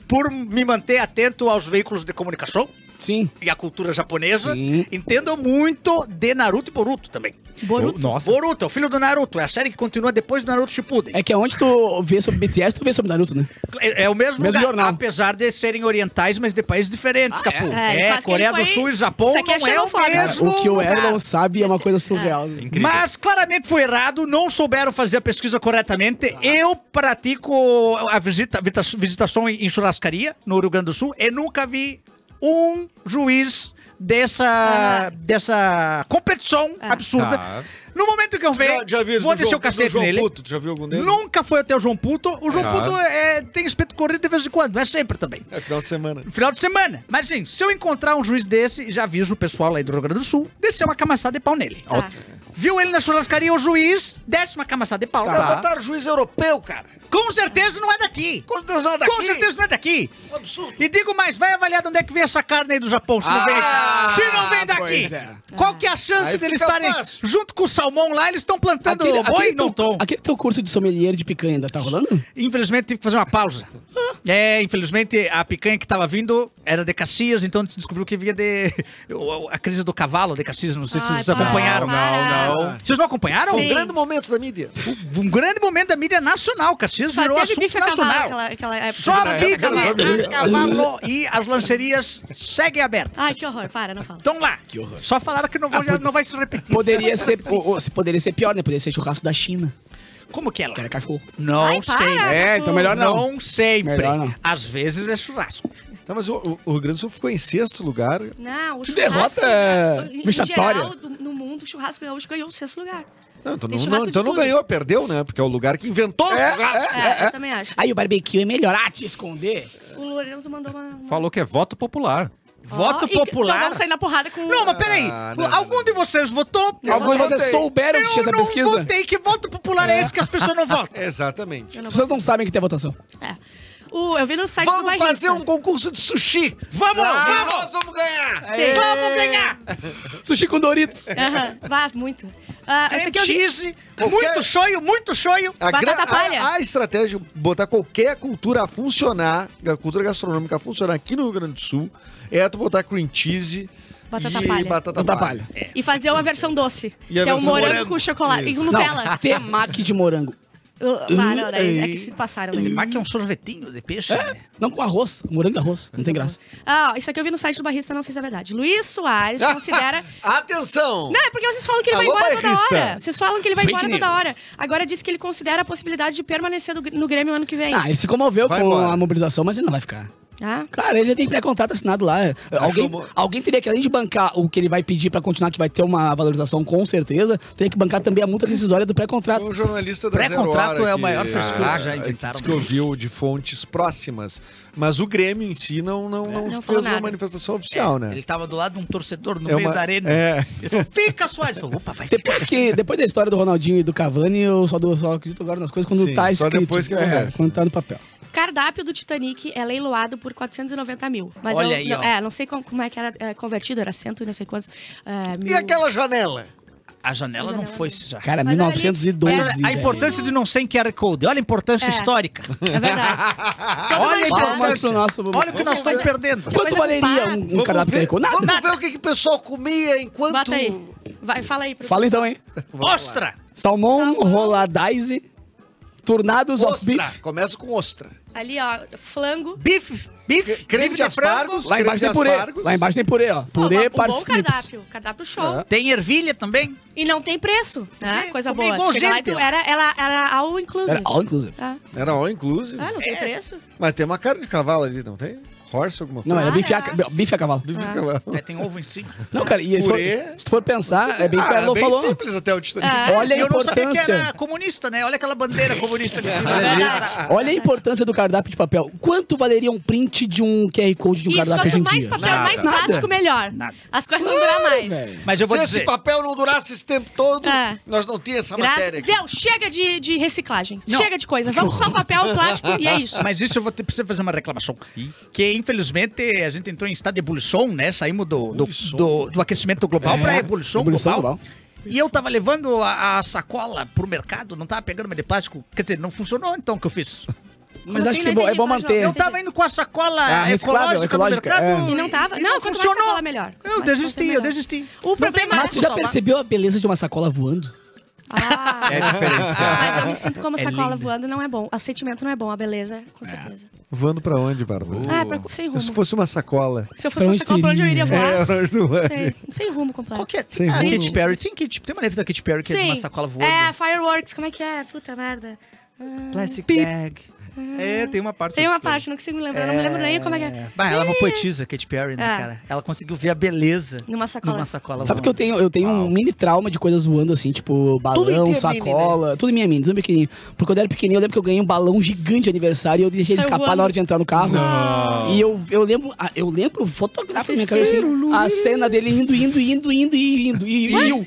G: por me manter atento aos veículos de comunicação
D: Sim.
G: e à cultura japonesa,
D: Sim.
G: entendo muito de Naruto e Boruto também.
C: Boruto.
G: Nossa. Boruto, é o filho do Naruto, é a série que continua depois do Naruto Shippuden.
D: É que onde tu vê sobre BTS, tu vê sobre Naruto, né?
G: É, é o mesmo,
D: Mesmo
G: lugar,
D: jornal. Ah,
G: apesar de serem orientais, mas de países diferentes, Capu.
C: É,
G: É,
C: quase que
G: Coreia
C: ele
G: do
C: foi-
G: Sul e Japão
C: Isso aqui é
G: não é o
C: xenofóbia. Cara,
G: mesmo
D: o que o
G: lugar.
D: Erlon sabe é uma coisa surreal.
A: incrível.
G: Mas claramente foi errado, não souberam fazer a pesquisa corretamente. Eu pratico a visita, vita- visitação em em churrascaria no Rio Grande do Sul e nunca vi um juiz dessa,
C: Ah.
G: dessa competição
C: Ah.
G: absurda
A: Tá.
E: No momento que eu ver,
B: Já, já vi
E: vou
B: do
E: descer
B: João-
E: o cacete
B: do João
E: nele.
B: Puto, né? tu já viu algum dele?
E: Nunca foi até o João Puto. O João
A: É.
E: Puto é, tem espeto corrido de vez em quando, não é sempre também.
B: É final de semana.
E: Final de semana. Mas sim, se eu encontrar um juiz desse, já aviso o pessoal aí do Rio Grande do Sul, descer uma camaçada de pau nele.
C: Tá.
E: Viu ele na churrascaria, o juiz, desce uma camaçada de pau.
H: Tá. Botaram juiz europeu, cara.
E: Com certeza não é daqui.
H: Com certeza nada
E: Com certeza não é daqui.
H: Um absurdo.
E: E digo mais, vai avaliar de onde é que vem essa carne aí do Japão, se não
H: Ah,
E: vem aqui. Se não vem
D: pois
E: daqui.
D: é.
E: Qual que é a chance
H: Aí
E: deles
H: fica
E: estarem
H: fácil.
E: junto com o salmão lá, eles estão plantando
D: Aquele,
E: boi
D: aquele,
E: não
D: teu,
E: estão?
D: aquele teu curso de sommelier de picanha ainda tá rolando?
E: Infelizmente, tive que fazer uma pausa.
C: Ah.
E: É, infelizmente, a picanha que tava vindo era de Caxias, então a gente descobriu que vinha de... o- o- A crise do cavalo de Caxias, não sei se
C: Ai,
E: vocês
C: para,
E: acompanharam. Ah.
C: para. Não, não.
E: Vocês não acompanharam?
B: Um
C: Ah, tá. Sim.
B: grande momento da mídia.
E: Um grande momento da mídia nacional. Caxias
C: Só
E: virou
C: teve
E: assunto
C: bife a cavalo
E: nacional.
C: naquela, aquela época.
E: Só bife
B: época, só
E: a cavalo e as lancerias seguem abertas.
C: Ai, que horror. Para, não fala.
E: Então lá. Só falaram que não, vão- não vai se repetir.
D: Poderia ser, o- o- se poderia ser pior, né? Poderia ser churrasco da China,
E: Como que é
D: que
E: lá?
D: era cachorro.
E: Não
C: Ai, para. tá
E: sei.
D: É, então melhor não.
E: Não sempre.
D: Melhor não.
E: Às vezes é churrasco.
B: Tá, mas o, o- o Rio Grande do Sul ficou em sexto lugar.
C: Não, o
D: Que
C: churrasco,
D: derrota é
C: em- em
D: vexatória.
C: geral, do- no mundo, o churrasco gaúcho ganhou o sexto lugar.
B: Não, então
C: Tem
B: não,
C: churrasco
B: não-
C: de
B: então não
C: tudo.
B: ganhou, perdeu, né? Porque é o lugar que inventou o churrasco.
C: É, eu também acho.
D: Aí o barbecue é melhor. Ah, te esconder.
C: O Lourenço mandou uma... uma-
A: Falou que é voto popular.
C: Ó,
E: Voto
C: e que- Então
E: popular.
C: vamos sair na porrada com...
E: Não, mas peraí.
B: Ah, não,
E: Algum
B: não, não.
E: de vocês votou?
D: Alguns
B: votei.
D: vocês souberam que tinha
E: Eu
D: essa
E: não
D: pesquisa.
E: votei. Que voto popular é esse que as pessoas não votam?
B: Exatamente.
C: Eu não
D: As
C: vou...
D: pessoas não sabem que tem votação.
C: É. O, eu vi no site do
H: Vamos
C: Bairrista.
H: fazer um concurso de sushi.
E: Vamos,
H: Ah,
E: vamos.
H: nós vamos ganhar.
C: Sim.
E: Vamos ganhar.
D: Sushi com Doritos.
C: Aham, Vá, muito. Ah,
E: É
C: esse aqui eu vi...
E: cheese, muito shoyu, muito shoyu.
B: A,
C: Batata palha.
B: a, a estratégia de botar qualquer cultura a funcionar, a cultura gastronômica a funcionar aqui no Rio Grande do Sul, é tu botar cream cheese
C: Batata
B: e
C: palha.
B: batata
D: Batata
B: palha.
D: palha.
C: E fazer uma versão doce.
B: E
C: que
B: a
C: é um
B: versão
C: morango,
B: morango.
C: com chocolate. E com
D: Não,
C: Nutella.
D: temaki de morango.
C: Ah, não, daí é que se passaram. daí.
E: Mac é um sorvetinho de peixe. né?
D: É? Não com arroz. Morango e arroz. Não tem graça.
C: Ah, ó, isso aqui eu vi no site do Barrista, não sei se é verdade. Luiz Soares considera...
B: Atenção!
C: Não, é porque vocês falam que ele vai
B: Alô,
C: embora
B: bairrista.
C: toda hora. Vocês falam que ele vai
D: Fake
C: embora toda
D: news.
C: hora. Agora diz que ele considera a possibilidade de permanecer do- no Grêmio ano que vem.
D: Ah, ele se comoveu
B: Vai
D: com
B: embora.
D: a mobilização, mas ele não vai ficar.
C: Ah,
D: Cara, ele já tem pré-contrato assinado lá. Alguém,
B: como-
D: alguém teria que, além de bancar o que ele vai pedir pra continuar, que vai ter uma valorização com certeza, teria que bancar também a multa rescisória do
B: Foi
D: pré-contrato.
B: um jornalista da Zero
E: Pré-contrato
B: Hora
E: é o
B: que-
E: maior frescura
B: Ah,
E: que já inventaram.
B: que ouviu de fontes próximas. Mas o Grêmio em si não, não, não,
C: É. Não falou
B: fez uma
C: nada.
B: manifestação oficial, né?
E: Ele tava do lado de um torcedor no
B: É
E: meio
B: uma-
E: da arena.
B: é.
E: Ele falou, fica Soares. Falou, opa, vai ficar.
D: Depois, que, depois da história do Ronaldinho e do Cavani, eu só, dou- só acredito agora nas coisas quando
B: Sim,
D: tá
B: só
D: escrito.
B: depois que
D: É,
B: acontece.
D: quando tá no papel.
C: Cardápio do Titanic é leiloado por 490 mil. Mas
E: Olha
C: eu,
E: aí,
C: não,
E: ó.
C: É, não sei como, como é que era é, convertido, era cento e não sei quantos. é, mil.
H: E aquela janela?
E: A janela não foi já.
D: Cara,
C: Mas olha ali,
D: 1912.
C: mas
E: A
D: velho.
E: importância de não ser em QR Code. Olha a importância
C: É.
E: histórica.
C: É verdade. Então, Todo
E: Olha a
C: manchado.
D: Fala mais pro
E: importância.
D: nosso-
E: Olha o que nós
C: Vamos
E: estamos
C: ver.
E: perdendo.
D: Quanto
C: Coisa
D: valeria
C: comparada.
D: um, um cardápio
H: ver,
D: greco? Nada.
H: vamos ver o que, que o pessoal comia enquanto...
C: Bota aí. Vai, fala aí. Pro...
D: Fala então, hein?
E: Ostra!
D: Salmão,
C: Salmão.
D: roladaise, tornados of
H: Ostra.
D: beef.
H: Começa com ostra.
C: Ali, ó, flango.
E: Bife, bife,
B: Creme
E: bife
B: de aspargos.
D: Lá embaixo
B: creme
D: tem
B: de
D: purê.
B: aspargos.
D: Lá embaixo tem purê, ó.
C: Pô,
D: Purê
C: um
D: para
C: bom
D: strips.
C: cardápio. Cardápio show.
D: É.
E: Tem ervilha também?
C: E não tem preço, né?
E: É,
C: Coisa
E: comi
C: boa.
E: igual
C: Chega lá e
E: gente.
C: tu- era, ela era all inclusive.
D: Era all É. inclusive.
C: Ah,
B: Era all inclusive.
C: ah, não tem preço?
B: Mas tem uma carne de cavalo ali, não tem? Horse, alguma
D: Não,
B: coisa?
D: era
C: Ah,
D: bife,
C: é.
D: a, ca- bife a cavalo.
B: Bife
C: Ah.
B: de cavalo.
E: É, tem ovo em cima.
D: Não, cara, e se for,
B: Purê.
D: se tu for pensar, é bem que o
B: Ah,
D: Carlão
B: bem
D: falou.
B: simples até o Titanic.
C: Ah.
D: Olha a
E: eu não sabia que
D: importância.
E: era comunista, né? Olha aquela bandeira comunista ali em cima.
C: Verdade.
D: Olha a importância do cardápio de papel. Quanto valeria um print de um QR Code de um
C: Isso,
D: cardápio hoje
C: quanto
D: em
C: mais
D: dia?
C: papel, mais
D: Nada.
C: plástico, melhor.
E: Nada. é
C: As coisas vão durar mais.
D: velho.
E: Mas eu vou
H: Se
E: dizer,
H: esse papel não durasse esse tempo todo,
C: É.
H: nós não tínhamos essa matéria
C: Graças
H: aqui.
C: Deus, chega de, de reciclagem.
E: Não.
C: Chega de coisa. Vamos só papel, plástico e é isso.
E: mas isso eu vou ter, preciso fazer uma reclamação. Que infelizmente a gente entrou em estado de ebulição, né? Saímos do, do, do, do aquecimento global para É, ebulição,
D: ebulição
E: global.
D: global.
E: E eu tava levando a, a sacola pro mercado, não tava pegando mais de plástico. Quer dizer, não funcionou então o que eu fiz.
D: Mas
C: Como
D: acho
C: assim,
D: que é
C: né,
D: bom, é
C: Dani?
D: bom
C: Faz
D: manter.
C: uma-
E: Eu tava indo com a sacola
D: Ah, reciclável,
E: É, ecológica,
D: ecológica,
E: no mercado.
D: é.
C: E não tava. Não, quanto mais sacola, melhor.
E: Eu
C: Mas
E: desisti,
C: melhor.
E: eu desisti.
C: O problema é
D: Mas tu já percebeu a beleza de uma sacola voando?
C: Ah,
A: É diferenciado.
C: mas eu me sinto como
E: É
C: sacola
E: lindo.
C: voando, não é bom. O sentimento não é bom, a beleza, com certeza.
B: Voando pra onde, Bárbara?
E: Uh.
C: Ah, pra, sem rumo.
B: Se fosse uma sacola.
C: Se eu fosse
E: um
C: uma
D: Pra
C: sacola,
D: onde
C: pra onde eu iria voar?
E: né?
B: É, pra onde tu vai?
C: Sem, sem rumo completo.
E: Qual que é?
B: Sem
E: ah,
B: rumo.
E: Katy Perry. Tem, Katy- tem uma letra da Katy Perry que é de uma sacola voando.
C: É, fireworks, como é que é? Puta merda.
E: Plastic bag.
A: É, tem uma parte.
C: Tem uma parte, não consigo me lembrar, não me lembro nem como é que é.
E: Bah, ela é uma poetisa, Katy Perry, né,
C: É.
E: cara? Ela conseguiu ver a beleza
C: Numa sacola.
E: numa sacola.
D: Sabe que eu tenho, eu tenho um mini trauma de coisas voando assim, tipo
I: Tudo em
D: balão,
I: ti é mini,
D: sacola, tudo em minha mini, tudo pequenininho. Porque quando eu era pequenininho, eu lembro que eu ganhei um balão gigante de aniversário e eu deixei ele
C: Saiu
D: escapar
C: voando.
D: na hora de entrar no carro. E eu, eu lembro, ah, eu lembro fotográfico na minha cabeça, assim, a cena dele indo, indo, indo, indo, e indo, e indo.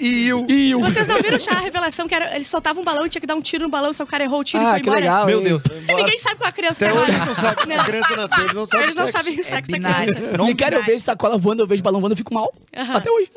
B: E eu.
C: Vocês não viram já a revelação que era, ele soltava um balão e tinha que dar um tiro no balão, só o cara errou o tiro e
D: Ah,
C: foi
D: que
C: embora?
D: legal.
A: Meu
D: hein?
A: Deus.
C: E ninguém sabe qual a criança
B: Até
C: tá
B: hoje
C: lá.
B: não sabe. A criança nasceu, eles não sabem.
C: Eles não
B: o sexo.
C: sabem o
E: É
C: sexo da
G: binário.
C: criança.
D: E, cara, eu vejo sacola voando, eu vejo balão voando, eu fico mal. Até hoje.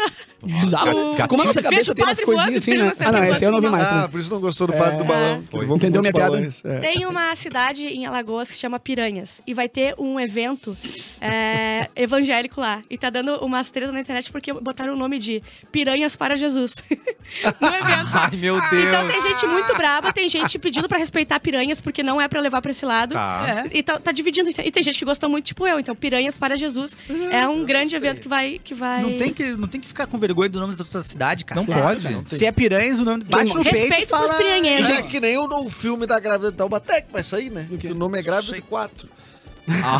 D: Bizarro.
A: Gatinho.
D: Como a nossa
C: Vejo
D: cabeça tem umas
C: padre voando,
D: coisinhas assim,
C: vejo
D: né?
C: não sei
D: Ah,
C: o
D: não,
C: que
D: esse eu não vi
C: voando.
D: mais.
B: Ah,
D: também.
B: por isso não gostou do padre do balão. que ele voa com
D: Entendeu
B: muitos
D: minha piada?
B: balões, é.
C: Tem uma cidade em Alagoas que se chama Piranhas. E vai ter um evento é, evangélico lá. E tá dando umas tretas na internet porque botaram o nome de Piranhas para Jesus. no evento.
A: Ai, meu Deus.
C: Então tem gente muito brava, tem gente pedindo pra respeitar piranhas, porque não é pra levar pra esse lado.
A: Tá.
C: E tá, tá dividindo. E tem gente que gostou muito, tipo eu. Então, Piranhas para Jesus é um grande evento que vai. Que vai...
E: Não tem, que, não tem que ficar com vergonha do nome da tua cidade, cara.
A: Não pode.
E: Se é piranhas, o nome bate no peito e
C: Respeito
E: fala...
C: pros piranheiros.
I: É que nem o, o filme da grávida de Taubaté, que vai sair, né? Que o nome é grávida de quatro.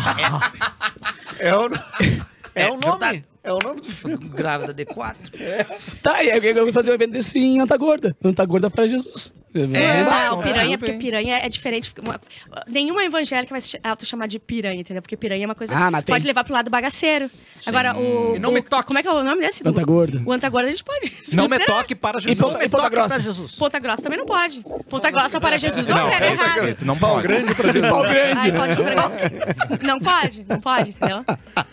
B: Ah.
I: é o, é o nome. É o nome do filme.
E: Grávida de quatro.
D: Tá, e aí eu vou fazer um evento desse em Anta Gorda. Anta Gorda pra Jesus.
E: É,
C: Não,
E: bom,
C: piranha,
E: tudo
C: porque
E: bem.
C: piranha é diferente. porque uma- nenhuma evangélica vai se auto chamar de piranha, entendeu? Porque piranha é uma coisa
D: Ah, mas
C: que
D: tem-
C: pode levar pro lado bagaceiro. Agora, o.
G: E não me
C: o-
G: toque.
C: Como é que é o nome desse?
D: Ponta Gorda.
C: O Antagorda a gente pode. se
A: Não me
C: considerar.
A: toque para
D: E
A: Jesus.
D: ponta, e ponta grossa.
C: Ponta Grossa também não pode. Ponta Grossa para Jesus não,
A: Não,
C: é,
A: esse-
C: errado.
A: esse não pode.
B: Grande pra Jesus.
C: Ai, pode Ponta Grossa. Não pode, não pode, entendeu?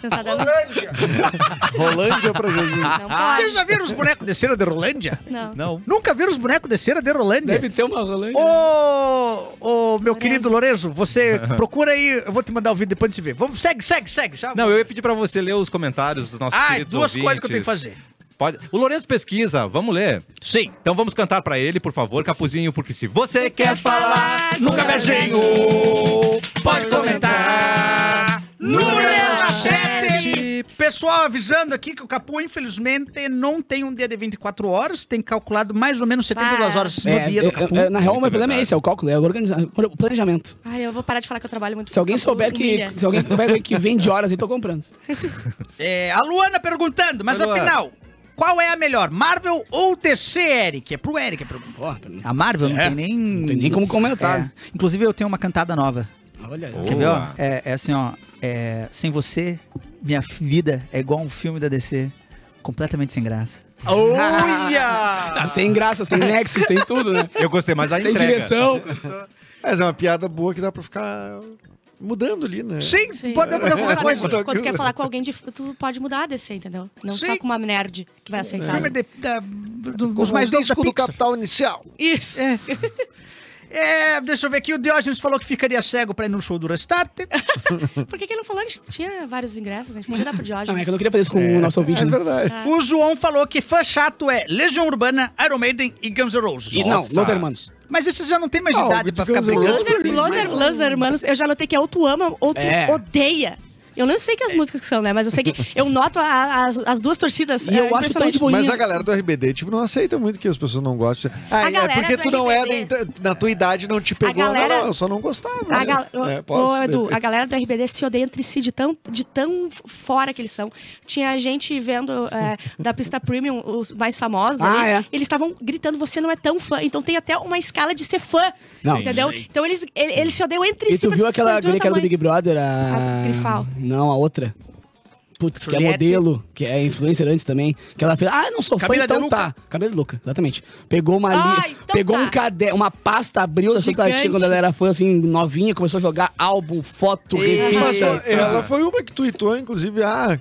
C: Não tá dando.
B: Rolândia pra Jesus.
C: Não
E: Ah.
G: Vocês
C: pode.
G: Ah, já viram os bonecos de cera de Rolândia?
C: Não.
A: Não.
G: Nunca viram os bonecos de cera de Rolândia?
D: Deve ter uma rolante.
G: Ô, ô, meu querido Lourenço, você procura aí, eu vou te mandar o vídeo depois de você ver. Vamos, segue, segue, segue. Já.
A: Não, eu ia pedir pra você ler os comentários dos nossos
G: Ah,
A: queridos
G: duas
A: ouvintes.
G: coisas que eu tenho que fazer.
A: Pode... O Lourenço pesquisa, vamos ler.
G: Sim.
A: Então vamos cantar pra ele, por favor, Capuzinho, porque se você quer falar,
G: Nunca beijinho, pode comentar no Relaxete. Pessoal, avisando aqui que o Capu, infelizmente, não tem um dia de 24 horas, tem calculado mais ou menos 72
C: Para.
G: horas no
D: É,
G: dia
D: eu-
G: do Capu.
D: eu- na real, o meu
A: Muita
D: problema é
A: verdade.
D: esse, é o cálculo, é o, organiza- o planejamento.
C: Ai, eu vou parar de falar que eu trabalho muito.
D: Se alguém
C: com
D: souber que,
C: milha.
D: se alguém souber que vende horas, eu tô comprando.
G: É, a Luana perguntando, mas
A: Oi, Luana.
G: afinal, qual é a melhor, Marvel ou DC, Eric? É pro Eric a pergunta. É.
D: Porra, não
E: A Marvel não tem nem... Não
D: tem nem como comentar.
E: Inclusive, eu tenho uma cantada nova.
D: Olha,
A: Oh.
E: Quer ver, ó?
A: Boa.
E: É, é assim, ó. É, sem você, minha vida é igual um filme da DC. Completamente sem graça.
D: Ah, sem graça, sem nexo, sem tudo, né?
A: Eu gostei mais da
D: Sem
A: entrega.
D: direção.
B: Mas é uma piada boa que dá pra ficar mudando ali, né?
G: Sim,
C: Sim.
G: podemos fazer
C: Só,
G: essa
C: né,
G: coisa.
C: Quando tu quer falar com alguém, de, tu pode mudar a DC, entendeu? Não só
G: Sim.
C: com uma nerd que vai aceitar.
G: Filme de- da- do-
I: Como
G: dos mais
I: o
G: novos da
I: disco do
G: Pixar.
I: Capital Inicial.
C: Isso.
G: É, deixa eu ver aqui, o Diógenes falou que ficaria cego pra ir no show do Restart.
C: Por que, que ele não falou? A gente tinha vários ingressos, né? Tipo, a gente podia dar pro Diógenes.
D: Não, é que eu não queria fazer isso com o nosso ouvinte,
B: É
D: né?
B: verdade.
G: o João falou que fã chato é Legião Urbana, Iron Maiden e Guns N' Roses.
D: E, não,
A: Nossa.
D: não, Hermanos.
G: Mas esses já não tem mais
B: Ah,
G: idade
B: o
G: pra
B: Guns
G: ficar
B: N'
G: brigando.
B: Roses.
C: Los- Los- Los Hermanos, eu já notei que é ou tu ama ou tu
D: É.
C: odeia. Eu não sei que
G: É.
C: as músicas que são, né? Mas eu sei que eu noto a- as, as duas torcidas.
D: E
C: é
D: eu acho tão de
C: impressionante.
D: boinha.
B: Mas a galera do RBD, tipo, não aceita muito que as pessoas não gostem. Ah, é
C: galera
B: porque
C: do
B: tu não é,
C: RBD.
B: da- na tua idade não te pegou.
C: galera-
B: Não, não, eu só não gostava.
C: A
B: né?
C: gal-
B: É,
C: Ô,
B: posso-
C: ô, Edu, a galera do RBD se odeia entre si de tão, de tão f- fora que eles são. Tinha gente vendo é, da pista premium, os mais famosos.
D: Ah,
C: ali,
D: é.
C: Eles estavam gritando: você não é tão fã. Então tem até uma escala de ser fã.
D: Não.
C: entendeu? Então eles, ele- eles se odeiam entre
D: E
C: si.
D: tu viu
C: mas
D: aquela
C: do mesmo
D: guria que era do
C: tamanho.
D: Big Brother? A...
C: A Grifal.
D: Não, a outra. Putz, que é
G: Juliette.
D: modelo, que é influencer antes também. Que ela fez, ah, eu não sou
G: Camila
D: fã,
G: de
D: então
G: Luca.
D: tá. Camila de Luca, exatamente. Pegou uma li...
C: é Ah, então
D: pegou
C: tá.
D: um caderno, uma pasta, abriu das coisas que ela tinha
C: Gigante.
D: quando ela era fã, assim, novinha, começou a jogar álbum, foto,
B: Mas
D: revista.
B: ela- é, ela foi uma que tuitou, inclusive, ah.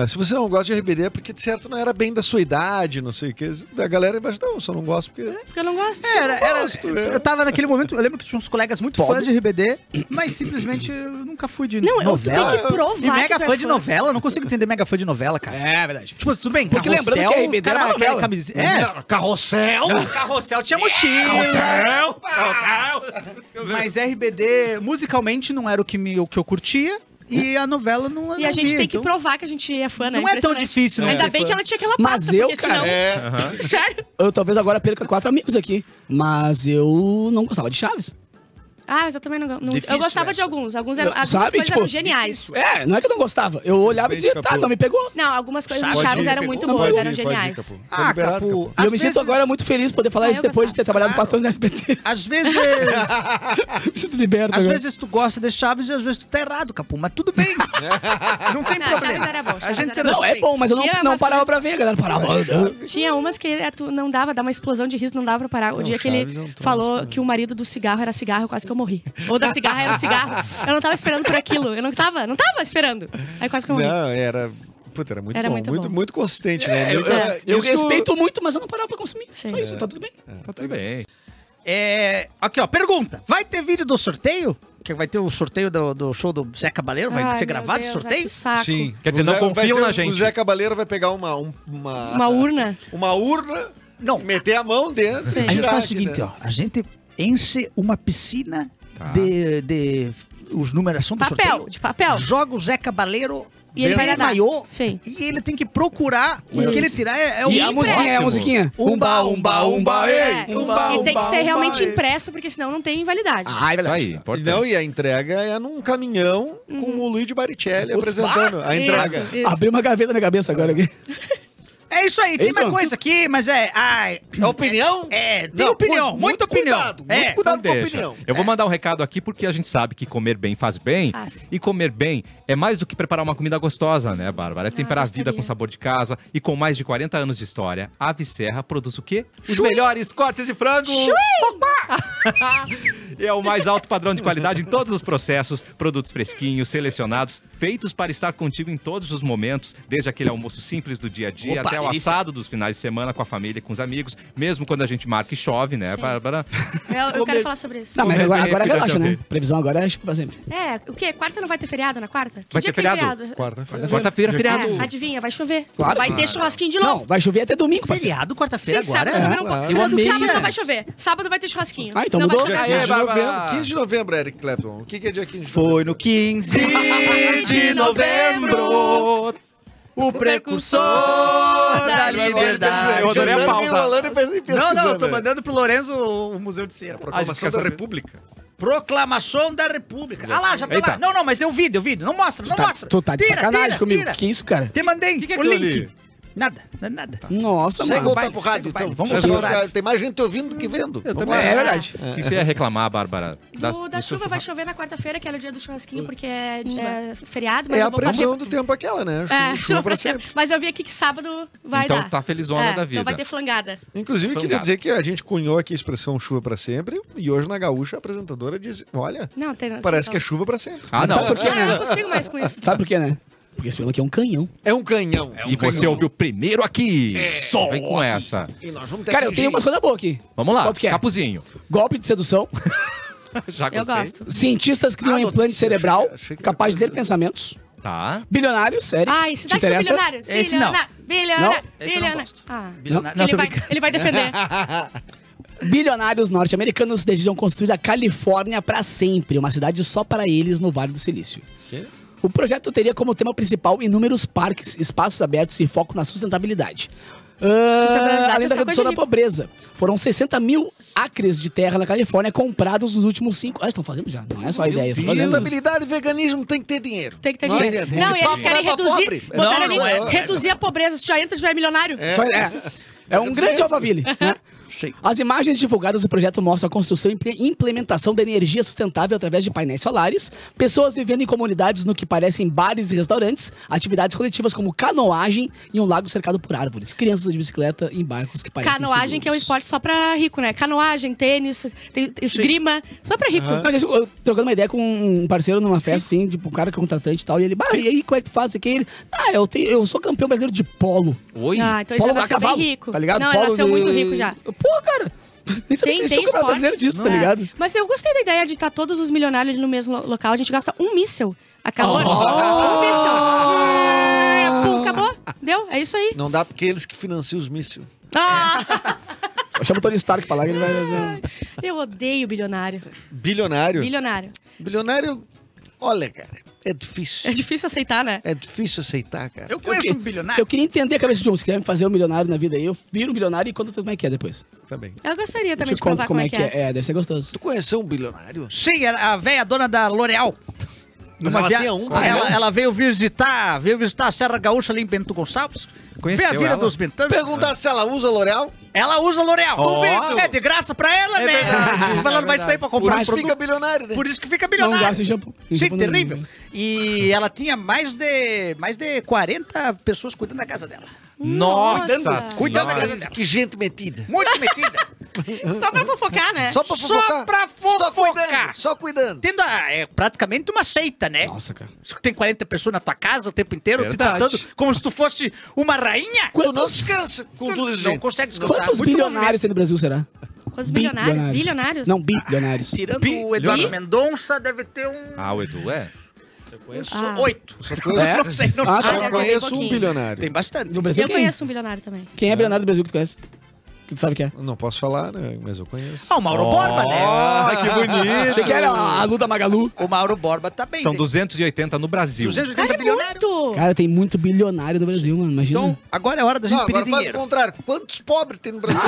B: ah, se você não gosta de RBD é porque, de certo, não era bem da sua idade, não sei o que. A galera embaixo, não, eu só não gosto porque.
C: Porque eu não gosto.
G: É, Era, era-
B: gosto, é.
G: eu tava naquele momento, eu lembro que tinha uns colegas muito fãs de RBD, mas simplesmente eu nunca fui de
C: Não, eu tu tem
G: novela.
C: que provar.
E: E mega
C: que tu é
E: fã de novela? Eu Não consigo entender mega fã de novela, cara.
D: É, verdade.
E: Tipo, tudo bem.
D: Porque lembrando que
E: Carrossel,
D: RBD
E: os cara-
D: era novela.
E: aquela camiseta- É,
I: Carrossel!
G: Carrossel tinha mochila. Carrossel!
E: mas RBD musicalmente não era o que, me, o que eu curtia
D: É.
E: e a novela não eu
C: E
E: não
C: a gente
E: via,
C: tem que
E: então-
C: provar que a gente é fã, né?
E: Não é tão
C: Impressionante.
E: difícil, né?
C: Ainda
E: ser
C: bem
E: fã.
C: que ela tinha aquela pasta,
D: Mas eu,
C: porque
D: cara,
C: senão...
B: É.
C: Sério?
D: Eu talvez agora perca quatro amigos aqui, mas eu não gostava de Chaves.
C: Ah, mas eu também não... não
G: Difícil né?
C: eu gostava
G: essa.
C: de alguns. Alguns eram,
D: Eu-
C: algumas
D: sabe,
C: coisas
D: tipo,
C: eram geniais.
D: É, não é que eu não gostava. Eu olhava e dizia, tá, não me pegou.
C: Não, algumas coisas do
G: Pode ir,
C: Chaves eram
G: pegou.
C: muito
D: Não,
C: boas,
D: pode
C: eram geniais.
G: Ah,
B: liberado,
G: Capu,
D: E eu
G: às
D: me sinto
G: vezes-
D: agora muito feliz de poder falar
C: Ah,
D: isso
C: eu
D: depois de ter
C: gostava.
D: trabalhado quatro anos no SBT.
G: Às vezes,
D: Tá me sinto liberto
G: às
D: agora.
G: vezes tu gosta de Chaves e às vezes tu tá errado, Capu, mas tudo bem. Não tem
C: Não,
G: problema.
C: Chaves era bom,
G: a
C: Chaves
G: gente tem
C: era bom.
D: Não, é bom, mas eu não,
C: Tinha
D: não
C: umas
D: parava
C: coisas-
D: pra ver, a galera parava.
C: Tinha umas que eh, tu não dava, dava uma explosão de riso, não dava pra parar. O dia que ele
B: Chaves é um troço,
C: falou
B: né?
C: que o marido do cigarro era cigarro, quase que eu morri. Ou da cigarra era cigarro. Eu não tava esperando por aquilo. Eu não tava, não tava esperando. Aí quase que eu morri.
B: Não, era. Puta, era muito
C: Era
B: bom.
C: muito
B: Muito, muito,
C: bom.
B: consistente, né?
D: Eu,
B: Muito-
D: é, eu
B: isso-
D: respeito muito, mas eu não parava pra consumir. Só
C: Sim.
D: isso, tá tudo bem.
A: Tá tudo bem.
G: É, aqui, ó, pergunta. Vai ter vídeo do sorteio? Que vai ter o sorteio do, do show do Zé Cabaleiro? Vai
C: Ai,
G: ser
C: meu
G: gravado o
C: Deus, ai,
G: sorteio?
C: que saco.
B: Sim.
A: Quer dizer,
B: O
A: não
B: Zé-
A: confiam
B: vai ser-
A: na gente.
B: O Zé Cabaleiro vai pegar uma. um- Uma,
C: Uma urna.
B: uma urna,
G: Não,
B: meter a mão dentro e
C: Sim.
G: a gente
B: tirar.
G: faz o
B: aqui,
G: seguinte,
B: né?
G: ó. A gente enche uma piscina
A: Tá.
G: de, de... Os numeração do
C: Papel,
G: sorteio.
C: de papel.
G: Joga o Zé Cabaleiro
C: E ele vai
G: tem
C: nadar.
G: maiô,
C: Sim.
G: e ele tem que procurar o que ele tirar é,
E: um
G: é o
D: E a
G: impresso.
D: musiquinha, é a musiquinha.
G: Umba, umba,
A: um
G: umba,
C: É.
G: ei! Umba,
C: e tem que
G: umba,
C: ser
G: umba,
C: realmente
G: ei.
C: impresso, porque senão não tem validade.
D: Ah, é
A: Isso
D: verdade.
A: aí, importante.
B: Não, e a entrega é num caminhão
C: Uhum.
B: com o Luigi Baricelli apresentando a entrega.
C: Isso, isso.
D: um- Abriu uma gaveta na minha cabeça agora aqui.
G: É isso aí, tem
D: Isso.
G: uma coisa aqui, mas é... Ai,
B: É opinião?
G: é, tem
B: Não,
G: opinião,
B: muito
G: muita opinião.
B: cuidado,
G: é,
B: muito cuidado
A: Não
B: com a
A: Então deixa.
B: opinião. É.
A: Eu vou mandar um recado aqui porque a gente sabe que comer bem faz bem.
C: Faz.
A: E comer bem é mais do que preparar uma comida gostosa, né, Bárbara? É temperar a vida
C: Ah, gostaria.
A: com sabor de casa e com mais de 40 anos de história, a Ave Serra produz o quê? Os melhores cortes de frango! Opa! É o mais alto padrão de qualidade em todos os processos, produtos fresquinhos, selecionados, feitos para estar contigo em todos os momentos, desde aquele almoço simples do dia a dia
D: Opa,
A: até o
D: delícia.
A: assado dos finais de semana com a família, e com os amigos, mesmo quando a gente marca e chove, né,
C: Sim.
A: Bárbara?
C: Eu, eu
A: Ah, Comer-
C: quero falar sobre isso.
D: Não, mas
A: Comer
D: agora,
A: bem é
D: agora
A: cuidar
D: relaxa,
A: de
D: né?
A: alguém.
D: Previsão agora é tipo pra sempre.
C: É, o quê? Quarta não vai ter feriado na quarta? Que
A: Vai
C: dia
A: ter
C: que é
A: feriado?
B: Quarta-feira.
A: Quarta-feira,
C: É,
A: feriado.
C: adivinha, vai chover.
D: Claro
C: vai
D: que
C: ter
D: sim.
C: churrasquinho de
D: Não,
C: novo.
D: vai chover até domingo, parceiro.
G: Feriado,
C: Sim,
G: quarta-feira agora? né?
C: sábado também
D: É,
C: não
B: claro.
C: pode.
G: Eu amei.
C: Sábado não vai chover. Sábado vai ter churrasquinho.
D: Ah, então
C: não
D: mudou.
C: vai
B: Dia
A: Aí, é
B: 15 assim, de
C: chover.
A: Bárbara.
B: novembro. 15 de novembro, Eric Clapton. O que que é dia 15 de novembro?
E: Foi no 15 de novembro, o precursor da
B: Ele vai lá e pesquisa-
E: liberdade.
A: Eu adorei a
B: cantando
A: pausa.
B: e enrolando e pes- e
G: Não,
B: pesquisando, É,
G: não, eu tô
B: né?
G: mandando pro Lorenzo o Museu de Cera.
B: Proclamação da República.
G: Proclamação da República. Ah lá, já tá
A: Eita.
G: lá. Não, não, mas eu vi, eu vi. é Não mostra, não
D: Tá-
G: mostra.
D: tu tá de
G: Tira,
D: sacanagem
G: tira,
D: comigo.
G: tira.
D: Que Tá. isso, cara?
G: Te mandei
A: Que que é
G: o
A: aquilo
G: link.
A: ali?
G: Nada, nada, nada.
D: Nossa,
G: Chega
B: Vamos
D: mano.
G: o pai,
B: voltar pro rádio,
G: chega o
B: então.
G: pai. Vamos
B: Chega
G: voltar pro
B: o-
G: rádio.
B: Tem mais gente ouvindo que vendo. Vamos lá.
D: É verdade.
A: O que você ia reclamar, Bárbara? Da-
C: Do- da
A: do seu
C: chuva vai
A: churrasco?
C: chover na quarta-feira, que era o dia do churrasquinho, porque é, é feriado, mas
B: É a
C: eu vou fazer.
B: previsão do tempo aquela, né? Chu-
C: É,
B: chuva
C: chuva
B: pra
C: pra
B: sempre.
C: sempre. Mas eu vi aqui que sábado vai
A: Então
C: dar.
A: tá felizona
C: É,
A: da vida.
C: Então vai ter flangada.
B: Inclusive, eu queria
A: Fangado.
B: dizer que a gente cunhou aqui a expressão chuva pra sempre e hoje na Gaúcha a apresentadora diz, olha,
C: Não, tem
B: parece que é chuva pra sempre.
A: Ah, não.
D: Sabe por quê,
C: Ah, eu
D: né?
C: não consigo mais com isso.
D: Sabe por quê, né? Porque esse programa aqui é um canhão.
B: É um canhão.
A: E você é ouviu primeiro aqui. Só Vem com essa.
B: E nós vamos ter
D: Cara,
B: que
D: eu tenho umas coisas boas aqui.
A: Vamos lá,
D: Quanto que é?
A: capuzinho.
D: Golpe de sedução.
A: Já
C: Eu
A: gostei.
C: gosto.
D: Cientistas criam
B: Ah,
D: um implante
B: notícia,
D: cerebral
B: achei- achei que
D: capaz de
B: era-
D: ler pensamentos.
A: Tá.
D: Bilionários, sério.
C: Ai,
D: te
C: cidade do
D: interessa?
C: tipo bilionário.
G: Esse não.
C: Bilionário. Bilionário.
G: Esse eu não
C: Bilionário.
G: gosto.
C: Ah.
G: Bilionário.
C: Ele
G: tô
C: vai,
G: brincando.
C: ele vai defender.
D: Bilionários norte-americanos desejam construir a Califórnia para sempre, uma cidade só para eles no Vale do Silício.
B: Quê?
D: O projeto teria como tema principal inúmeros parques, espaços abertos e foco na sustentabilidade. Ah,
C: Sustentabilidade
D: além
C: é
D: da
C: só
D: redução
C: coisa
D: da
C: de-
D: pobreza. Foram 60 mil acres de terra na Califórnia comprados nos últimos cinco... Ah, estão fazendo já, não é só ideia. estão fazendo.
B: Sustentabilidade e veganismo tem que ter dinheiro.
C: Tem que ter
B: Não
C: dinheiro.
B: adianta,
C: Não,
B: esse
C: e eles
B: papo
C: querem
B: dá pra
C: reduzir.
B: pobre.
C: botaram
G: Não,
C: ali,
G: não é.
C: reduzir a pobreza. Se tu já entra, tu já é milionário.
D: Só- é. É um grande Alphaville. Né?
G: Sei.
D: As imagens divulgadas do projeto mostram a construção e imple- implementação da energia sustentável através de painéis solares, pessoas vivendo em comunidades no que parecem bares e restaurantes, atividades coletivas como canoagem e um lago cercado por árvores, crianças de bicicleta em barcos que parecem
C: Canoagem, que é um
D: seguros.
C: esporte só pra rico, né? Canoagem, tênis, tem- esgrima, só pra rico.
D: Não, gente, eu trocando uma ideia com um parceiro numa festa, assim, tipo, um cara que é contratante e tal, e ele, bah, e aí, como é que tu faz isso aqui? Ele, ah, eu, tenho, eu sou campeão brasileiro de polo.
A: Oi.
C: Ah, então ele
D: Polo
C: já
D: da
C: nasceu
D: cavalo,
C: bem rico.
D: tá ligado?
C: Não,
D: Polo
C: ele nasceu
D: de-
C: muito rico já.
D: Pô, cara,
C: Tem,
D: nem sabia que
C: tem
D: existia o campeonato
C: esporte.
D: brasileiro disso, tá
C: É.
D: ligado?
C: Mas eu gostei da ideia de estar todos os milionários ali no mesmo lo- local. A gente gasta um míssel. Acabou.
D: Oh!
C: Um míssel. É, Pum, acabou. Deu? É isso aí.
B: Não dá porque eles que financiam os mísseis.
C: Ah,
D: Eu chamo o Tony Stark pra lá que ele vai fazer.
C: eu odeio bilionário.
B: Bilionário.
C: Bilionário.
B: Bilionário, olha, cara.
I: É difícil.
C: É difícil aceitar, né?
I: É difícil aceitar, cara.
E: Eu conheço um bilionário.
D: Eu queria entender a cabeça de um. Se quiser me fazer um milionário na vida aí, eu viro um bilionário e conta tudo como é que é depois.
B: Tá bem.
C: Eu gostaria
D: Eu
C: também
D: te
C: de provar
D: conto
C: como é que é.
D: é. deve ser gostoso.
I: Tu conheceu um bilionário?
E: Sim, era a velha dona da L'Oreal.
I: Mas
E: Numa
I: ela tem um
E: ela,
I: bilhão?
E: ela veio visitar, veio visitar a Serra Gaúcha ali em Bento Gonçalves.
A: Conheceu
E: Vê a vida
A: ela?
E: dos bentantes.
I: Perguntar se ela usa L'Oreal?
E: Ela usa L'Oreal.
I: Duvido.
E: É de graça pra ela, né? Mas ela não vai sair pra comprar
I: Por
E: um
I: isso
E: produto.
I: fica bilionário, né?
E: Por isso que fica
D: Não
E: bilionário.
D: gasta em shampoo. Em
E: Gente,
D: shampoo não-
E: terrível. E ela tinha mais de, mais de 40 pessoas cuidando da casa dela.
A: Nossa! Cuidado
C: Nossa.
E: Cuidando da
A: da
E: casa dela.
I: Que gente metida.
E: Muito metida.
C: Só pra fofocar, né?
I: Só pra fofocar.
E: É. Só pra fofocar.
I: Só cuidando. Só cuidando.
E: Tendo a- é praticamente uma seita, né?
D: Nossa, cara.
E: Se Tem 40 pessoas na tua casa o tempo inteiro
A: Verdade.
E: te tratando como se tu fosse uma rainha.
I: Tu não descansa com tudo isso,
E: não
I: gente.
E: consegue descansar.
D: Quantos
E: Muito
D: bilionários tem no Brasil, será?
C: Quantos bilionários? Bilionários?
D: Não, bilionários.
E: movimento. né? Tirando o Eduardo
C: Bi-
E: Mendonça, deve ter um...
A: Ah, o Edu é?
C: Ah.
E: Oito.
D: É?
E: Não sei, não
D: Ah,
C: tá.
E: sei.
B: Só
C: Olha,
B: conheço
C: bem
B: um
C: pouquinho.
B: bilionário.
E: Tem bastante.
D: No Brasil,
C: Eu
D: é quem?
C: conheço um bilionário também.
D: Quem é bilionário do Brasil que tu conhece? Que tu sabe que é?
B: Não posso falar, né? Mas eu conheço.
E: Ah, o Mauro Borba, né?
A: que bonito!
D: Achei que era a a Lu da Magalu.
E: O Mauro Borba tá bem.
A: São
E: né?
A: 280 no Brasil.
E: 280
C: Cara, é
E: bilionários.
C: muito!
D: Cara, tem muito bilionário no Brasil, mano. Imagina.
E: Então, agora é hora da gente
I: Não,
E: pedir
I: agora faz o
E: dinheiro.
I: contrário. Quantos pobres tem no Brasil?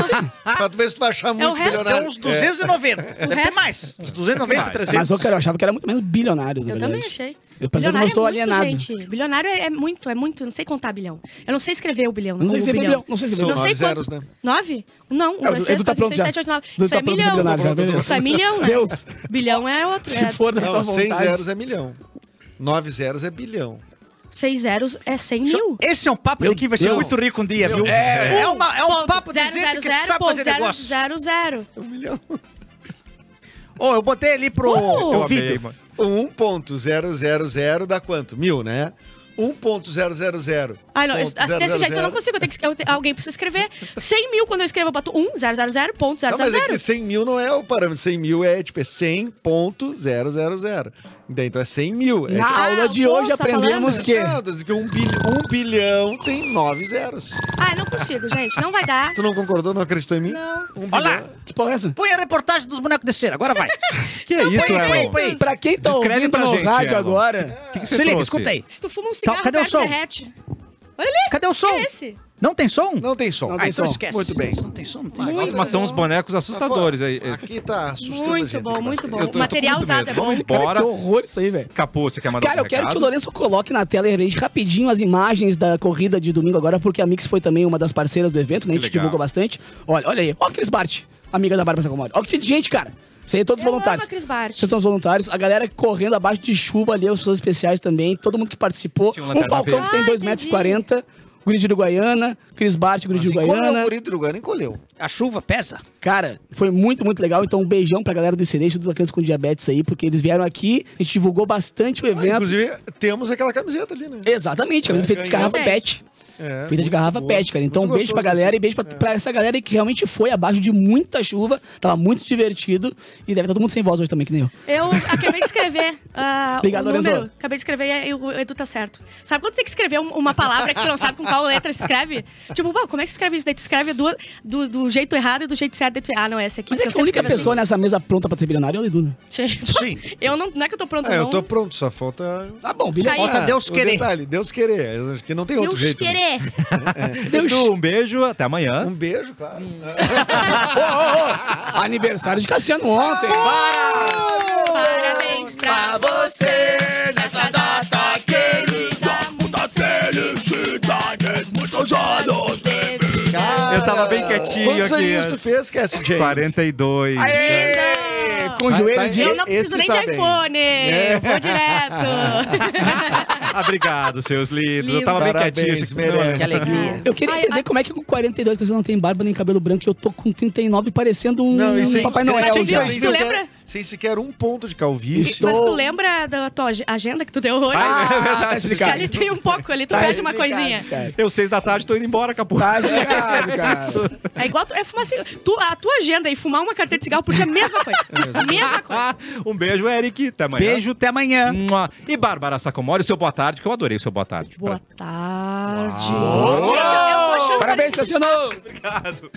C: Ah,
I: pra tu ver se tu vai achar
B: é
I: muito
C: É resto.
E: Então,
I: bilionário.
E: uns 290. Deve ter
C: resto-
E: mais. Uns 290,
D: mas
E: 300.
D: eu, cara, eu achava que era muito menos bilionário, na
C: Eu
D: verdade.
C: também achei.
D: Eu, pelo menos, não sou
C: é muito,
D: alienado.
C: gente. Bilionário é, é muito, é muito. Não sei contar bilhão. Eu não sei escrever o bilhão.
D: Não sei
C: o
D: se é bilhão. Não sei se é
B: São
C: Não
D: bilhão.
C: sei
B: nove zeros, né?
C: quanto. Nove? Não, um,
D: É, o
C: dois,
D: Edu
C: três,
D: tá
C: quatro,
D: pronto
C: cinco, seis,
D: já.
C: sete, oito, nove.
D: Edu
C: Isso
D: tá
C: é
D: pronto pra ser
C: milhão.
D: bilionário já, beleza.
C: Isso é milhão, né?
D: Deus,
C: Bilhão é outro.
D: se
C: é-
D: for na tua
B: Não,
D: vontade.
B: seis zeros é milhão. Nove zeros é bilhão.
C: Seis zeros é cem mil.
E: Esse é um papo
D: Meu
E: de quem vai ser
D: Deus.
E: muito rico um dia, viu?
D: É.
E: é, uma- é um
C: Ponto.
E: papo de
C: Zero,
E: gente
C: zero,
E: que
C: zero,
E: sabe
C: ponto,
E: fazer
C: zero,
E: negócio.
C: Zero, zero.
B: É um milhão.
E: Ô, eu botei ali pro
C: Uh!
E: pro
A: Eu amei,
E: vídeo.
A: mano.
B: 1.000 dá quanto? Mil, né? 1.000.
C: Ai, não,
B: ponto
C: esse- assim, desse
B: 000.
C: jeito eu não consigo. Eu tenho que, eu tenho- alguém precisa escrever. Cem mil, quando eu escrevo, eu boto um, zero, zero, zero, ponto, zero,
B: Não, mas
C: zero,
B: é
C: zero.
B: que 100 mil não é o parâmetro. 100 mil é tipo é 100.000. Daí, Então é 100 mil. É,
D: Na
C: Ah,
D: aula de
C: o
D: hoje
C: Bolsa
D: aprendemos
C: falando.
D: que.
B: Não, diz que um, bil- um bilhão tem nove zeros.
C: Ah, não consigo, gente. Não vai dar.
B: Tu não concordou? Não acreditou em mim?
C: Não.
B: Um bilhão.
E: Olha lá,
D: Que porra é essa?
E: põe a reportagem dos bonecos de cera, agora vai.
A: Que é isso,
D: né,
E: põe, põe,
A: Elon?
E: põe.
D: Pra quem tá
A: Descreve
D: ouvindo
A: pra
D: no
A: gente,
D: rádio
A: Elon.
D: agora,
A: O que, que você
E: Se liga,
A: trouxe?
E: escuta aí.
C: Se tu fuma um cigarro,
E: cadê o
C: perde,
E: som?
C: derrete. Olha ali.
E: Cadê o som?
C: É esse.
E: Não tem som?
B: Não tem som.
D: Não
E: Ah,
D: tem
E: então
D: som.
E: esquece.
B: Muito bem.
E: Não tem som, não tem
A: Nossa, mas são uns bonecos assustadores aí.
B: Aqui tá assustando a
C: Muito
B: gente
C: bom,
B: aqui
C: muito
B: bastante.
C: bom.
A: Eu tô- eu tô com
C: Material
A: muito
C: usado
A: medo.
C: é bom.
A: Vamos
D: cara,
A: embora.
D: que horror isso aí, velho.
A: Capô, você quer mandar
D: Cara, eu
A: um
D: quero que o
A: recado?
D: Lourenço coloque na tela Herente rapidinho as imagens da corrida de domingo agora, porque a Mix foi também uma das parceiras do evento, né? A
A: Que
D: gente
A: legal.
D: divulgou bastante. Olha, olha aí. Ó a Cris Bart, amiga da Bárbara Sacomori. Ó que tinha de gente, cara. Isso aí é todos
C: Eu
D: voluntários.
C: amo a Cris Bart.
D: Vocês são os voluntários. A galera correndo abaixo de chuva ali, as pessoas especiais também. Todo mundo que participou.
A: Tinha um
D: o
A: lanterna
D: Falcão
A: verde.
D: que tem
C: Ah,
D: 2,40 metros
C: entendi.
D: e quarenta, Guri de Uruguaiana, Cris Bart, Guri de
I: Encolheu o
D: Uruguaiana.
I: guri do Uruguaiana, encolheu.
E: A chuva pesa.
D: Cara, foi muito, muito legal. Então, um beijão pra galera do ICD, Instituto da Criança com Diabetes aí, porque eles vieram aqui, a gente divulgou bastante o evento.
B: Ah, Inclusive, temos aquela camiseta ali,
C: É.
B: né?
D: Exatamente, camisa feita de
B: ganhou
D: garrafa
C: pet.
D: pet.
B: É,
D: Feita de
B: muito
D: garrafa
B: boa.
D: pet, cara. Então, um
B: Muito
D: beijo pra
B: gostoso,
D: galera
B: assim.
D: e beijo pra, pra essa galera que realmente foi abaixo de muita chuva. Tava muito divertido. E deve estar todo mundo sem voz hoje também, que nem eu.
C: Eu acabei de escrever ah,
D: Obrigado,
C: o número.
D: Lorenzo.
C: Acabei de escrever e o Edu tá certo. Sabe quando tem que escrever um- uma palavra que tu não sabe com qual letra se escreve? Tipo, "Bom, como é que se escreve isso? Daí tu escreve do, do, do jeito errado e do jeito certo. Daí tu, ah, não, essa aqui.
D: Mas é
C: porque
D: que a
C: eu
D: única
C: sempre
D: pessoa
C: escrevo
D: nessa mesa pronta pra ser bilionário é o Edu, né?
C: assim.
E: Sim.
C: Eu não, não é que eu tô pronto,
B: É,
C: não.
B: eu tô pronto, só falta.
D: Tá bom, bilionário.
E: Falta Deus
B: o
E: querer.
B: Detalhe, Deus querer. Eu Acho que não tem outro
C: Deus
B: jeito. né?
C: querer.
D: Deus.
A: Edu, um beijo, até amanhã.
B: Um beijo, claro.
D: Aniversário de Cassiano ontem.
C: Parabéns pra você nessa data querida. Muitas felicidades, muitos anos de vida.
A: Eu tava bem quietinho
B: Quantos
A: aqui.
B: aninhos tu
A: acho.
B: fez, Cassie James?
A: 42.
D: Com o
B: Tá- tá-
D: joelho de.
C: Eu não preciso
B: Esse
C: nem
B: tá
C: de
B: bem.
C: iPhone. Eu vou direto.
A: Ah, obrigado, seus lindos. Eu
C: Lindo.
A: tava bem
B: Parabéns,
A: quietinho. achei que vocês não
B: merece.
A: iam-
E: Que alegria.
D: Eu queria
C: Ai,
D: entender
C: ai.
D: como é que com 42 pessoas não tem barba nem cabelo branco e eu tô com 39 parecendo um,
B: Não, isso
D: um
B: é
D: Papai Noel.
B: incrível.
D: já.
C: Isso
B: Sem
C: Tu
B: sequer-
C: lembra?
B: Sem sequer um ponto de calvície.
D: Estou-
C: Mas tu lembra da tua ag- agenda que tu deu hoje?
A: Ah, é
D: Ah, tá
A: verdade.
C: Que
D: explicado.
A: gente.
C: ali tem um pouco, ali tu
D: Tá
C: perde uma
D: explicado,
C: coisinha.
D: cara.
A: Eu, seis da tarde, tô indo embora, capô.
D: Tá explicado, cara.
C: É igual tu, é fumar cigarro. Tu- a tua agenda e fumar uma carteira de cigarro por dia é a mesma coisa. mesma coisa.
A: um beijo, Eric. Até amanhã.
E: Beijo, até amanhã.
A: Mua. E Bárbara Sacomori, seu boa tarde, que eu adorei o seu boa tarde.
C: Boa tarde. Gente, eu tô achando
D: Parabéns, Cassiano!